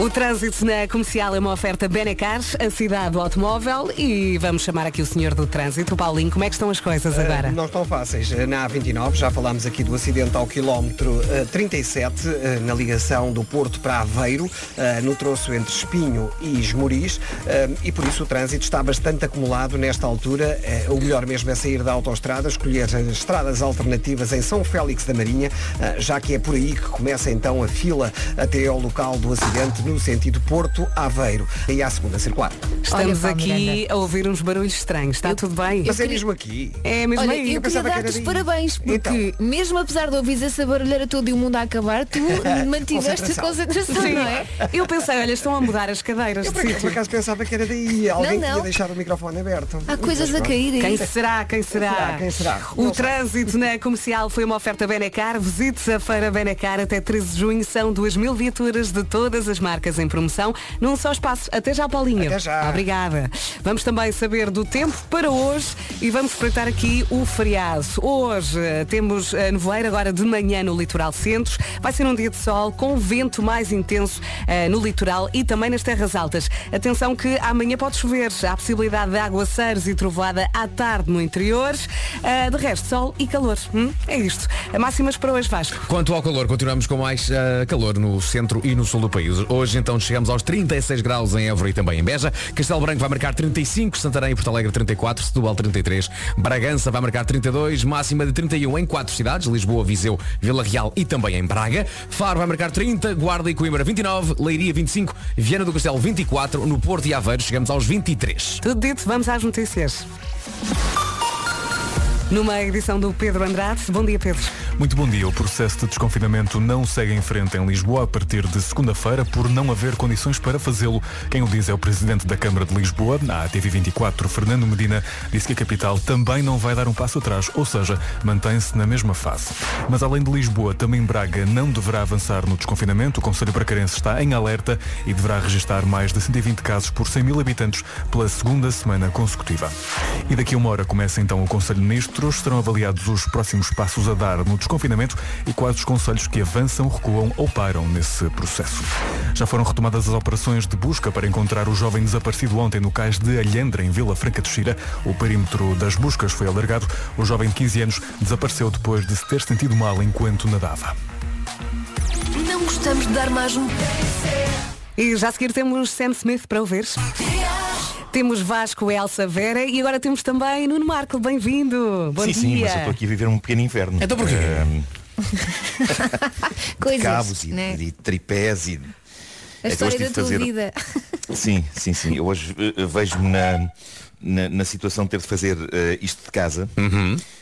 Speaker 1: O trânsito na comercial é uma oferta Benacar, a cidade do automóvel e vamos chamar aqui o senhor do trânsito, o Paulinho. Como é que estão as coisas agora?
Speaker 6: Eh, Não estão fáceis. Na A29, já falámos aqui do acidente ao quilómetro eh, 37, eh, na ligação do Porto para Aveiro, eh, no troço entre Espinho e Esmoriz, eh, e por isso o trânsito está bastante acumulado nesta altura. Eh, O melhor mesmo é sair da autoestrada, escolher as estradas alternativas em São Félix da Marinha, eh, já que é por aí que começa então a fila até ao local do acidente, no sentido Porto-Aveiro. E à segunda circular.
Speaker 1: Estamos aqui a ouvir uns barulhos estranhos. Está tudo bem?
Speaker 6: Mas é mesmo aqui.
Speaker 1: É mesmo
Speaker 2: Olha,
Speaker 1: aí.
Speaker 2: eu,
Speaker 1: Eu
Speaker 2: queria
Speaker 1: pensava que
Speaker 2: dar-te
Speaker 1: era
Speaker 2: os
Speaker 1: aí.
Speaker 2: parabéns, porque mesmo apesar de ouvires essa barulheira toda e o mundo a acabar,
Speaker 1: (laughs)
Speaker 2: tu
Speaker 6: (laughs)
Speaker 2: mantiveste a concentração,
Speaker 1: Sim.
Speaker 2: não é?
Speaker 1: Eu pensei, olha, estão a mudar as cadeiras.
Speaker 6: Eu
Speaker 1: de
Speaker 6: por acaso-
Speaker 1: sítio.
Speaker 6: por acaso pensava que era daí. Alguém
Speaker 1: Não,
Speaker 6: tinha
Speaker 1: não.
Speaker 6: deixado o microfone aberto.
Speaker 1: Há
Speaker 6: Mas
Speaker 1: coisas a
Speaker 6: pronto.
Speaker 1: cair é Quem será? Quem será?
Speaker 6: Quem será?
Speaker 1: O trânsito na comercial foi uma oferta Benacar. Visite a Feira Benacar até 13 de junho. São 2 mil viaturas de todas as marcas em promoção num só espaço. Até já, Paulinho. Até já. Obrigada. Vamos também saber do tempo para hoje e vamos espreitar aqui o feriado. Hoje eh, temos a nevoeiro agora de manhã no litoral centro. Vai ser um dia de sol com vento mais intenso eh, no litoral e também nas terras altas. Atenção que amanhã pode chover. Há possibilidade de aguaceiros e trovoada à tarde no interior. Eh, de resto, sol e calor. Hum, é isto. Máximas para hoje, Vasco.
Speaker 9: Quanto ao calor, continuamos com mais ah, calor no centro e no sul do país. Hoje então chegamos aos 36 graus em Évora e também em Beja. Castelo Branco vai marcar 35, Santarém e Porto Alegre 34, Setúbal 33, Bragança vai marcar 32, máxima de 31 em quatro cidades, Lisboa, Viseu, Vila Real e também em Braga. Faro vai marcar 30, Guarda e Coimbra 29, Leiria 25, Viana do Castelo 24, no Porto e Aveiro chegamos aos 23.
Speaker 1: Tudo dito, vamos às notícias. Numa edição do Pedro Andrade. Bom dia, Pedro.
Speaker 7: Muito bom dia. O processo de desconfinamento não segue em frente em Lisboa a partir de segunda-feira por não haver condições para fazê-lo. Quem o diz é o presidente da Câmara de Lisboa, na ATV24, Fernando Medina, disse que a capital também não vai dar um passo atrás, ou seja, mantém-se na mesma fase. Mas além de Lisboa, também Braga não deverá avançar no desconfinamento. O Conselho Bracarense está em alerta e deverá registrar mais de 120 casos por 100 mil habitantes pela segunda semana consecutiva. E daqui a uma hora começa então o Conselho de Ministros. Serão avaliados os próximos passos a dar no desconfinamento e quais os conselhos que avançam, recuam ou param nesse processo. Já foram retomadas as operações de busca para encontrar o jovem desaparecido ontem no cais de Alhandra, em Vila Franca de Xira. O perímetro das buscas foi alargado. O jovem de 15 anos desapareceu depois de se ter sentido mal enquanto nadava.
Speaker 3: Não gostamos de dar mais um.
Speaker 1: E já a seguir temos Sam Smith para ouvir. Temos Vasco, Elsa, Vera e agora temos também Nuno Marco. Bem-vindo. Bom
Speaker 12: sim,
Speaker 1: dia.
Speaker 12: sim, mas eu estou aqui a viver um pequeno inferno.
Speaker 1: Então porquê?
Speaker 12: Ahm,
Speaker 2: Coisas,
Speaker 12: cabos e,
Speaker 2: né?
Speaker 12: e tripés e.
Speaker 2: A
Speaker 12: É que hoje
Speaker 2: história
Speaker 12: tive
Speaker 2: da
Speaker 12: de
Speaker 2: tua
Speaker 12: fazer-
Speaker 2: vida.
Speaker 12: Sim, sim, sim. Eu hoje eh, vejo-me na, na, na situação de ter de fazer eh, isto de casa,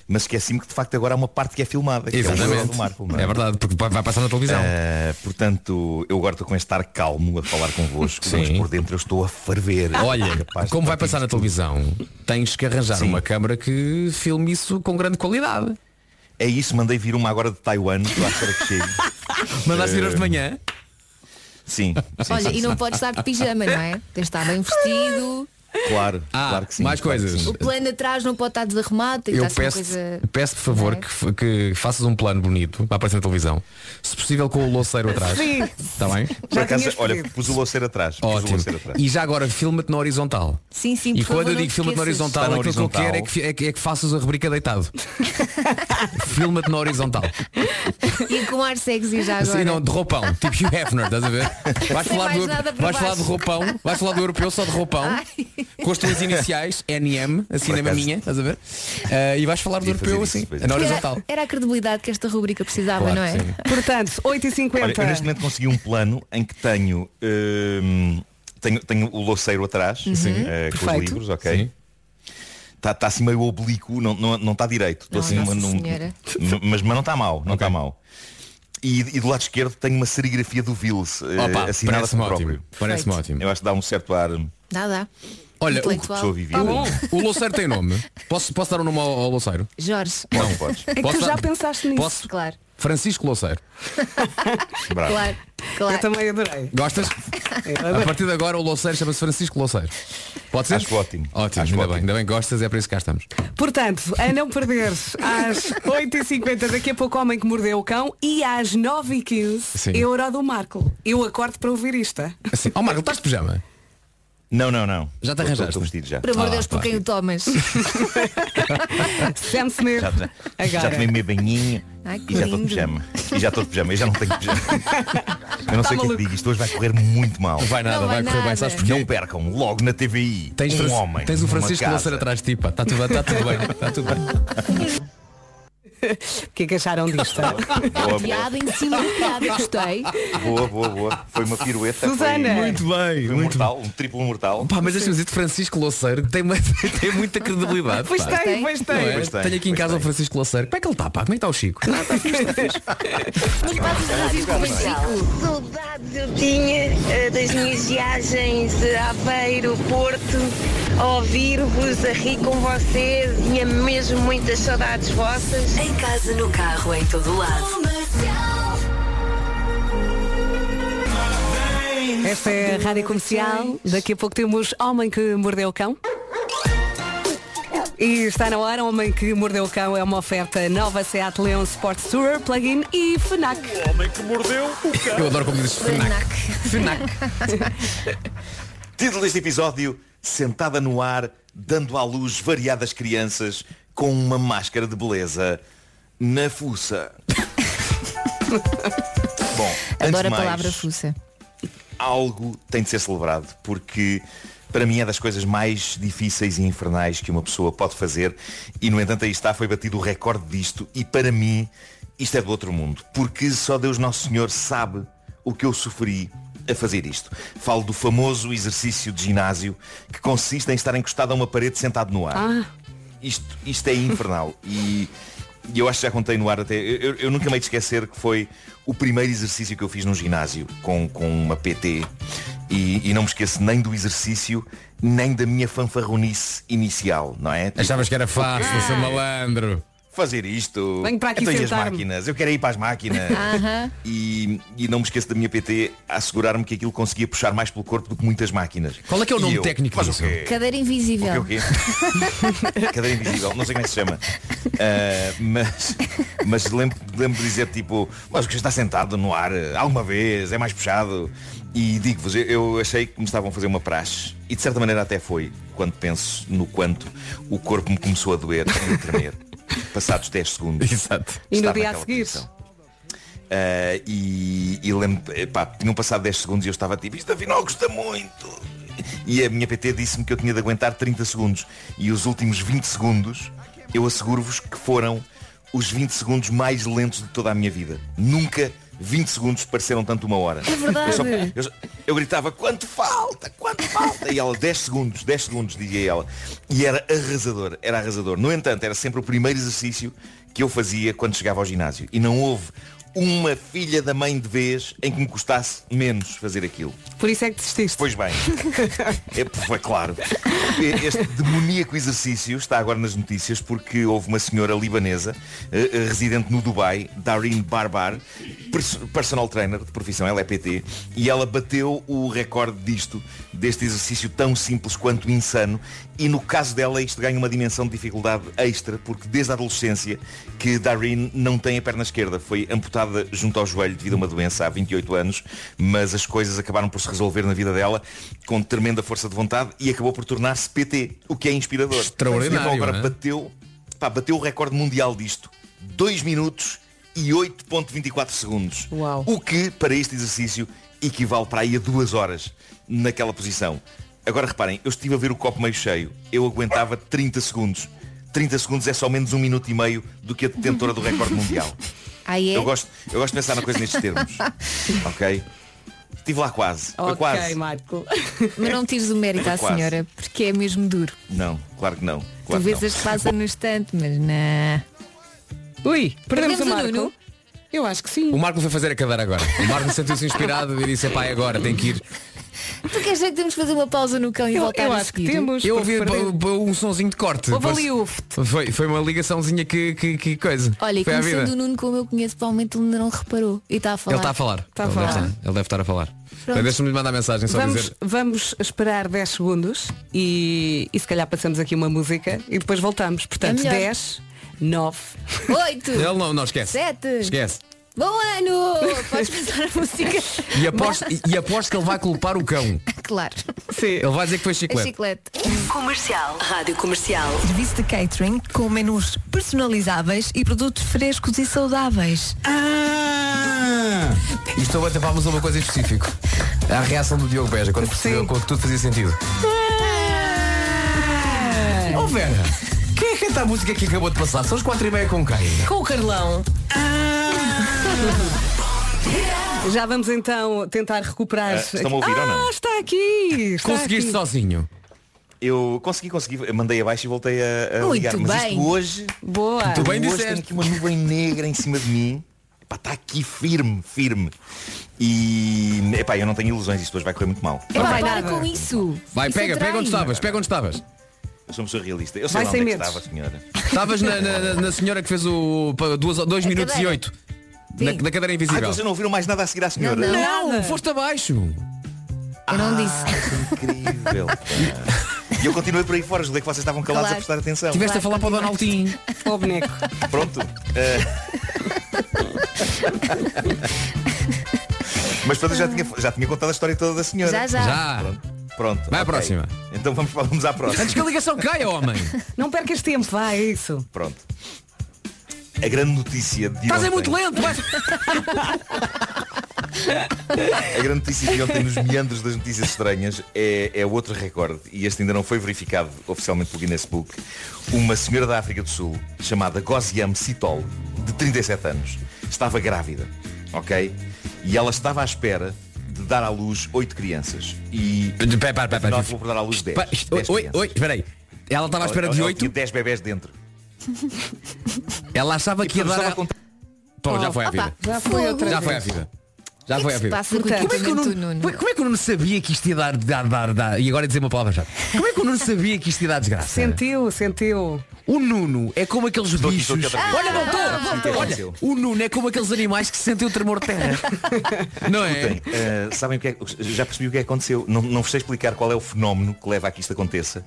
Speaker 12: mas esqueci-me que de facto agora há uma parte que é filmada. que é o
Speaker 9: Uhum. Exatamente.
Speaker 12: jornal do Marco, não
Speaker 9: É verdade, porque vai passar na televisão.
Speaker 12: Eh, portanto, eu agora estou com este estar calmo a falar convosco, mas por dentro eu estou a ferver. É
Speaker 9: Olha,
Speaker 12: Capaz de
Speaker 9: como vai passar na televisão, tens que arranjar
Speaker 12: Sim.
Speaker 9: uma câmara que filme isso com grande qualidade.
Speaker 12: É isso, mandei vir uma agora de Taiwan, estou à espera que chegue.
Speaker 9: Mandaste vir hoje de
Speaker 12: manhã? Sim. sim,
Speaker 2: Olha,
Speaker 12: sim,
Speaker 2: e não
Speaker 12: sim.
Speaker 2: podes estar de pijama, não é? Tens de estar bem vestido.
Speaker 12: Claro, claro que sim.
Speaker 9: Ah, mais
Speaker 12: claro que
Speaker 9: coisas.
Speaker 12: sim.
Speaker 2: O plano atrás não pode estar desarrumado. Tem que
Speaker 9: Eu
Speaker 2: estar assim
Speaker 9: peço,
Speaker 2: uma coisa... é?
Speaker 9: peço por favor que, f- que faças um plano bonito para aparecer na televisão. Se possível com o louceiro atrás.
Speaker 2: Sim.
Speaker 9: Está bem?
Speaker 12: Por acaso, olha, pus o louceiro atrás. Pus o
Speaker 9: Ótimo.
Speaker 12: louceiro atrás.
Speaker 9: E já agora filma-te na horizontal.
Speaker 2: Sim, sim,
Speaker 9: e
Speaker 2: por favor,
Speaker 9: quando eu
Speaker 2: não
Speaker 9: digo
Speaker 2: te
Speaker 9: filma-te na
Speaker 2: esqueças.
Speaker 9: horizontal,
Speaker 12: Está na
Speaker 9: aquilo que eu quero é que,
Speaker 12: horizontal.
Speaker 9: fi- é, que, é que faças a
Speaker 2: (laughs)
Speaker 9: rubrica deitado. filma-te na horizontal.
Speaker 2: (laughs) E com ar sexy já agora.
Speaker 9: Assim, não, de roupão, (laughs) tipo Hugh Hefner, estás a ver? Vais,
Speaker 2: Sem
Speaker 9: falar
Speaker 2: mais
Speaker 9: do,
Speaker 2: nada por
Speaker 9: vais falar
Speaker 2: baixo.
Speaker 9: de roupão, vais falar do europeu só de roupão, com as tuas iniciais, NM, assim
Speaker 12: Por
Speaker 9: na
Speaker 12: acaso-
Speaker 9: maminha, estás a ver? Ah, e vais falar do europeu assim,
Speaker 1: é.
Speaker 9: na horizontal.
Speaker 2: Era, era a credibilidade que esta rubrica precisava,
Speaker 12: Claro
Speaker 2: não
Speaker 12: que
Speaker 2: é?
Speaker 12: sim.
Speaker 1: Portanto, 8h50.
Speaker 12: Olha, eu neste momento consegui um plano em que tenho hum, tenho, tenho o louceiro atrás
Speaker 2: Uhum. Sim.
Speaker 12: eh, com
Speaker 2: Perfeito.
Speaker 12: os livros, ok? Está tá assim meio oblíquo, não está não, tá direito. Estou
Speaker 2: Não,
Speaker 12: assim
Speaker 2: Nossa
Speaker 12: num-
Speaker 2: Senhora.
Speaker 12: num- mas, mas não está mal, não está mal. E, e do lado esquerdo tenho uma serigrafia do Vils eh,
Speaker 9: Opa,
Speaker 12: assinada
Speaker 9: parece-me
Speaker 12: por
Speaker 9: ótimo,
Speaker 12: próprio.
Speaker 9: parece-me Perfeito. ótimo.
Speaker 12: Eu acho que dá um certo ar.
Speaker 2: Dá, dá.
Speaker 9: Olha, o,
Speaker 2: Intelectual.
Speaker 12: pessoa vivida.
Speaker 9: o- o Louceiro tem nome. Posso, posso dar o nome ao, ao Louceiro?
Speaker 2: Jorge.
Speaker 9: Não, podes.
Speaker 2: (laughs)
Speaker 1: É que
Speaker 9: Posso
Speaker 1: tu já
Speaker 9: dar-
Speaker 1: pensaste nisso.
Speaker 9: Posso?
Speaker 2: Claro,
Speaker 9: Francisco Louceiro.
Speaker 2: claro,
Speaker 1: Eu também adorei.
Speaker 9: Gostas?
Speaker 12: Ah,
Speaker 9: A partir de agora o Louceiro chama-se Francisco Louceiro. Pode ser? Acho ótimo. Ótimo, ainda bem, ainda bem que gostas, é para isso que cá estamos.
Speaker 1: Portanto, a não perder às 8h50, daqui a pouco Homem que Mordeu o Cão e às 9h15
Speaker 9: Sim.
Speaker 1: é a hora do Marco. Eu acordo para ouvir isto.
Speaker 9: Assim, oh Marco, estás de pijama?
Speaker 12: Não, não, não.
Speaker 9: Já te
Speaker 12: Estou-
Speaker 9: arranjaste? Ah,
Speaker 12: estou vestido já.
Speaker 2: Por amor de Deus, por
Speaker 12: pá.
Speaker 2: quem o tomas?
Speaker 1: Sam Smith.
Speaker 12: Já, já, né? já
Speaker 1: Agora.
Speaker 12: tomei meio banhinho
Speaker 2: Ai, que
Speaker 12: e já estou de
Speaker 2: lindo.
Speaker 12: pijama. E já estou de pijama, eu já não tenho pijama. Eu
Speaker 9: Tá
Speaker 12: não sei o que é que
Speaker 9: maluco.
Speaker 12: digo, isto hoje vai correr muito mal.
Speaker 9: Vai nada, Não vai vai correr bem, nada. sabes porquê?
Speaker 12: Não percam, logo na TVI.
Speaker 9: Tens,
Speaker 12: um
Speaker 9: Fran-
Speaker 12: homem.
Speaker 9: tens o
Speaker 12: numa
Speaker 9: Francisco
Speaker 12: casa.
Speaker 9: Louceiro atrás de ti, pá. Está tudo, está tudo bem. Está tudo bem.
Speaker 1: (laughs) O que é que acharam disto?
Speaker 12: Boa, boa.
Speaker 2: Piada em cima de piada, gostei.
Speaker 12: Boa, boa, boa. Foi uma pirueta.
Speaker 2: Susana.
Speaker 12: Foi,
Speaker 2: Muito
Speaker 9: bem.
Speaker 12: Foi um mortal, um triplo mortal.
Speaker 9: Pá, mas deixa-me dizer Francisco Louceiro que tem, uma- (laughs) tem muita credibilidade.
Speaker 1: Pois
Speaker 9: pá.
Speaker 1: tem, pois tem.
Speaker 9: Não é?
Speaker 1: Pois tem,
Speaker 9: Tenho aqui em casa o Francisco Louceiro. Como é que ele está, pá? Como é que está o Chico?
Speaker 14: Saudades eu tinha eh, das minhas viagens a Aveiro, Porto, a ouvir-vos, a rir com vocês, tinha mesmo muitas saudades vossas.
Speaker 3: Em casa, no carro, em todo lado.
Speaker 1: Esta é a Rádio Comercial. Daqui a pouco temos Homem que Mordeu o Cão. E está na hora, Homem que Mordeu o Cão é uma oferta nova Seat Leon Sport Tourer, plug-in e FNAC. O Homem que Mordeu o Cão.
Speaker 9: Eu adoro como dizes FNAC.
Speaker 12: Título deste episódio, sentada no ar, dando à luz variadas crianças com uma máscara de beleza
Speaker 2: (laughs)
Speaker 12: na fuça. Bom, antes
Speaker 2: Adoro
Speaker 12: de
Speaker 2: a
Speaker 12: mais,
Speaker 2: palavra fuça.
Speaker 12: algo tem de ser celebrado, porque para mim é das coisas mais difíceis e infernais que uma pessoa pode fazer e no entanto aí está, foi batido o recorde disto e para mim isto é do outro mundo, porque só Deus Nosso Senhor sabe o que eu sofri a fazer isto. Falo do famoso exercício de ginásio que consiste em estar encostado a uma parede sentado no ar.
Speaker 1: Ah,
Speaker 12: Isto, isto é infernal (laughs) e e eu acho que já contei no ar até, eu, eu- eu nunca me hei de esquecer que foi o primeiro exercício que eu fiz num ginásio com, com uma PT e, e não me esqueço nem do exercício, nem da minha fanfarronice inicial, não é?
Speaker 9: Achavas que era fácil, seu
Speaker 12: malandro. Fazer isto.
Speaker 1: Venho para aqui
Speaker 12: então, e as
Speaker 1: sentar-me. Ah.
Speaker 12: máquinas, eu quero ir para as máquinas.
Speaker 1: Aham.
Speaker 12: e, e não me esqueço da minha PT a assegurar-me que aquilo conseguia puxar mais pelo corpo do que muitas máquinas.
Speaker 9: Qual é que é o
Speaker 12: E
Speaker 9: nome
Speaker 12: eu,
Speaker 9: técnico
Speaker 12: mas É. o
Speaker 9: disso?
Speaker 12: quê?
Speaker 2: Cadeira invisível.
Speaker 12: O quê, o quê? (laughs) Cadeira invisível, não sei como é que se chama. Ah, mas mas lembro, lembro de dizer tipo, mas o que está sentado no ar eh, alguma vez, é mais puxado. E digo-vos, eu, eu achei que me estavam a fazer uma praxe. E de certa maneira até foi, quando penso no quanto o corpo me começou a doer e
Speaker 1: (laughs)
Speaker 12: a tremer. Passados 10 segundos. Exato.
Speaker 1: E no dia a seguir.
Speaker 12: Uh, e, e lembro, epá, tinham passado 10 segundos e eu estava tipo, isto afinal custa muito. E a minha PT disse-me que eu tinha de aguentar 30 segundos. E os últimos 20 segundos, eu asseguro-vos que foram os 20 segundos mais lentos de toda a minha vida. Nunca 20 segundos pareceram tanto uma hora.
Speaker 13: É verdade.
Speaker 12: Eu, só- eu só- eu gritava, quanto falta, quanto falta? E ela, 10 segundos, 10 segundos, dizia ela. E era arrasador, era arrasador. No entanto, era sempre o primeiro exercício que eu fazia quando chegava ao ginásio. E não houve uma filha da mãe de vez em que me custasse menos fazer aquilo.
Speaker 1: Por isso é que desististe.
Speaker 12: Pois bem. É, foi claro. Este demoníaco exercício está agora nas notícias porque houve uma senhora libanesa, eh, eh, residente no Dubai, Darin Barbar, pers- personal trainer de profissão, ela é PT, e ela bateu o recorde disto, deste exercício tão simples quanto insano, e no caso dela isto ganha uma dimensão de dificuldade extra, porque desde a adolescência que Darin não tem a perna esquerda, foi amputada junto ao joelho devido a uma doença há 28 anos, mas as coisas acabaram por se resolver na vida dela com tremenda força de vontade e acabou por tornar-se PT, o que é inspirador.
Speaker 9: Extraordinário,
Speaker 12: Então agora
Speaker 9: não é?
Speaker 12: bateu, pá, bateu o recorde mundial disto. 2 minutos e 8.24 segundos. O que, para este exercício, equivale para aí a duas horas naquela posição. Agora reparem, eu estive a ver o copo meio cheio. Eu aguentava 30 segundos. 30 segundos é só menos um minuto e meio do que a detentora do recorde mundial.
Speaker 2: Aí (laughs) é.
Speaker 12: Eu gosto, eu gosto de pensar na coisa nestes
Speaker 2: (laughs)
Speaker 12: termos. Ok? Estive lá quase. Foi quase.
Speaker 1: Marco.
Speaker 2: Mas não tires o mérito à
Speaker 12: Quase.
Speaker 2: senhora, porque é mesmo duro.
Speaker 12: Não, claro que não.
Speaker 2: Tu
Speaker 12: Claro que
Speaker 2: vês
Speaker 12: não.
Speaker 2: as que passam no instante, mas não.
Speaker 1: Ui,
Speaker 2: perdemos,
Speaker 1: perdemos
Speaker 2: o
Speaker 1: o Marco?
Speaker 2: Nuno.
Speaker 1: Eu acho que sim.
Speaker 9: O Marco foi fazer a cadeira agora. O Marco sentiu-se inspirado e disse, pai, agora tem que ir.
Speaker 2: Tu queres dizer que temos que fazer uma pausa no cão e voltar a seguir?
Speaker 9: Eu ouvi b- b- um sonzinho de corte.
Speaker 2: Houve
Speaker 9: Parece-
Speaker 2: ali uft.
Speaker 9: Foi, foi uma ligaçãozinha que, que, que coisa.
Speaker 2: Olha, e
Speaker 9: foi à
Speaker 2: começando
Speaker 9: vida.
Speaker 2: o Nuno como eu conheço, provavelmente ele ainda não reparou. E está a falar.
Speaker 9: Ele está Tá a falar. ele, Deve estar, ele deve estar a falar. Bem, Deixa-me mandar mensagem só
Speaker 1: Vamos,
Speaker 9: dizer.
Speaker 1: vamos esperar 10 segundos e, e se calhar passamos aqui uma música e depois voltamos. Portanto,
Speaker 2: É melhor.
Speaker 1: 10, 9.
Speaker 2: Oito.
Speaker 9: Ele não, não esquece.
Speaker 2: Sete.
Speaker 9: Esquece.
Speaker 2: Bom ano! Podes passar a música.
Speaker 9: E aposto, e, e aposto que ele vai culpar o cão.
Speaker 2: Claro.
Speaker 9: Ele vai dizer que foi
Speaker 2: A
Speaker 9: chiclete.
Speaker 2: chiclete.
Speaker 3: Comercial. Rádio Comercial.
Speaker 4: Serviço de catering com menus personalizáveis e produtos frescos e saudáveis.
Speaker 9: Ah! Isto agora tapámos uma coisa em específico. A reação do Diogo Beja quando percebeu que tudo fazia sentido.
Speaker 2: Ah.
Speaker 9: Oh Vera, quem é que canta a música que acabou de passar? São as quatro e meia com quem?
Speaker 1: Com o Carlão. Ah. Já vamos então tentar recuperar.
Speaker 12: Ah, estão-me a ouvir
Speaker 1: ah,
Speaker 12: ou não?
Speaker 1: está aqui! Está aqui.
Speaker 9: sozinho?
Speaker 12: Eu consegui, consegui. Mandei abaixo e voltei a, a ligar.
Speaker 1: Muito
Speaker 12: Mas
Speaker 1: bem.
Speaker 12: isto hoje,
Speaker 1: Boa.
Speaker 12: tu bem hoje tenho aqui uma nuvem negra em cima de mim. Epá, está aqui firme, firme. E epá, eu não tenho ilusões, isto hoje vai correr muito mal.
Speaker 2: Epá, para com isso.
Speaker 9: Vai,
Speaker 2: Isso
Speaker 9: pega,
Speaker 2: atrai.
Speaker 9: pega onde estavas, pega onde estavas.
Speaker 12: Eu sou uma pessoa realista. Eu sei
Speaker 9: Vai
Speaker 12: lá
Speaker 9: sem
Speaker 12: onde é que
Speaker 9: medos.
Speaker 12: estava, senhora.
Speaker 9: Estavas na, na- na- na senhora que fez o 2
Speaker 12: A
Speaker 9: minutos e
Speaker 12: cadeira.
Speaker 9: 8. Na, na cadeira
Speaker 12: Ah,
Speaker 9: invisível.
Speaker 12: então vocês não ouviram mais nada a seguir à senhora. Ah,
Speaker 9: Não, não, Não, foste abaixo.
Speaker 2: Eu não disse.
Speaker 12: Incrível. eh, E eu continuei por aí fora, julguei que vocês estavam calados
Speaker 2: Claro.
Speaker 12: a é prestar atenção.
Speaker 9: Tiveste a falar para o Donaldinho.
Speaker 1: Ó boneco.
Speaker 12: Pronto. Eh, Mas portanto, eu já tinha, já tinha contado a história toda da senhora.
Speaker 1: Já, já. Já.
Speaker 12: Pronto. Pronto,
Speaker 9: Vai à
Speaker 12: ok.
Speaker 9: próxima.
Speaker 12: Então vamos, vamos à próxima.
Speaker 9: Antes que a ligação caia, homem.
Speaker 1: (laughs) Não percas tempo, vai, é isso.
Speaker 12: Pronto. A grande notícia de
Speaker 1: Estás
Speaker 12: ontem,
Speaker 1: é muito lento, mas.
Speaker 12: (laughs) A grande notícia de ontem nos meandros das notícias estranhas é, é outro recorde e este ainda não foi verificado oficialmente pelo Guinness Book. Uma senhora da África do Sul chamada Goziam Sitol, de 37 anos, estava grávida, ok? E ela estava à espera de dar à luz oito crianças. E
Speaker 9: pera, pera, pera,
Speaker 12: afinal acabou por dar à luz 10.
Speaker 9: Pa- isto- Oi, oi, espera aí. Ela estava à espera de 8.
Speaker 12: 10 bebés dentro.
Speaker 9: Ela achava que ia dar. a- Pô, já foi à
Speaker 2: Oh, Opa,
Speaker 9: vida.
Speaker 2: já foi outra
Speaker 9: Já foi à
Speaker 2: vez.
Speaker 9: vida. Já
Speaker 2: que
Speaker 9: foi
Speaker 2: se
Speaker 9: à vida.
Speaker 2: passa com o
Speaker 9: como, é que o
Speaker 2: equipamento,
Speaker 9: Nuno,
Speaker 2: Nuno?
Speaker 9: como é que o Nuno sabia que isto ia dar, dar, dar, dar? E agora é dizer uma palavra já. Como é que o Nuno sabia que isto ia dar
Speaker 1: (laughs)
Speaker 9: desgraça?
Speaker 1: Sentiu, sentiu.
Speaker 9: O Nuno é como aqueles bichos. Olha, voltou! voltou. Olha, o Nuno é como aqueles animais que sentem o tremor de (laughs) terra. Não é?
Speaker 12: sabem o que é, já percebi o que é que aconteceu. Não, não vos sei explicar qual é o fenómeno que leva a que isto aconteça,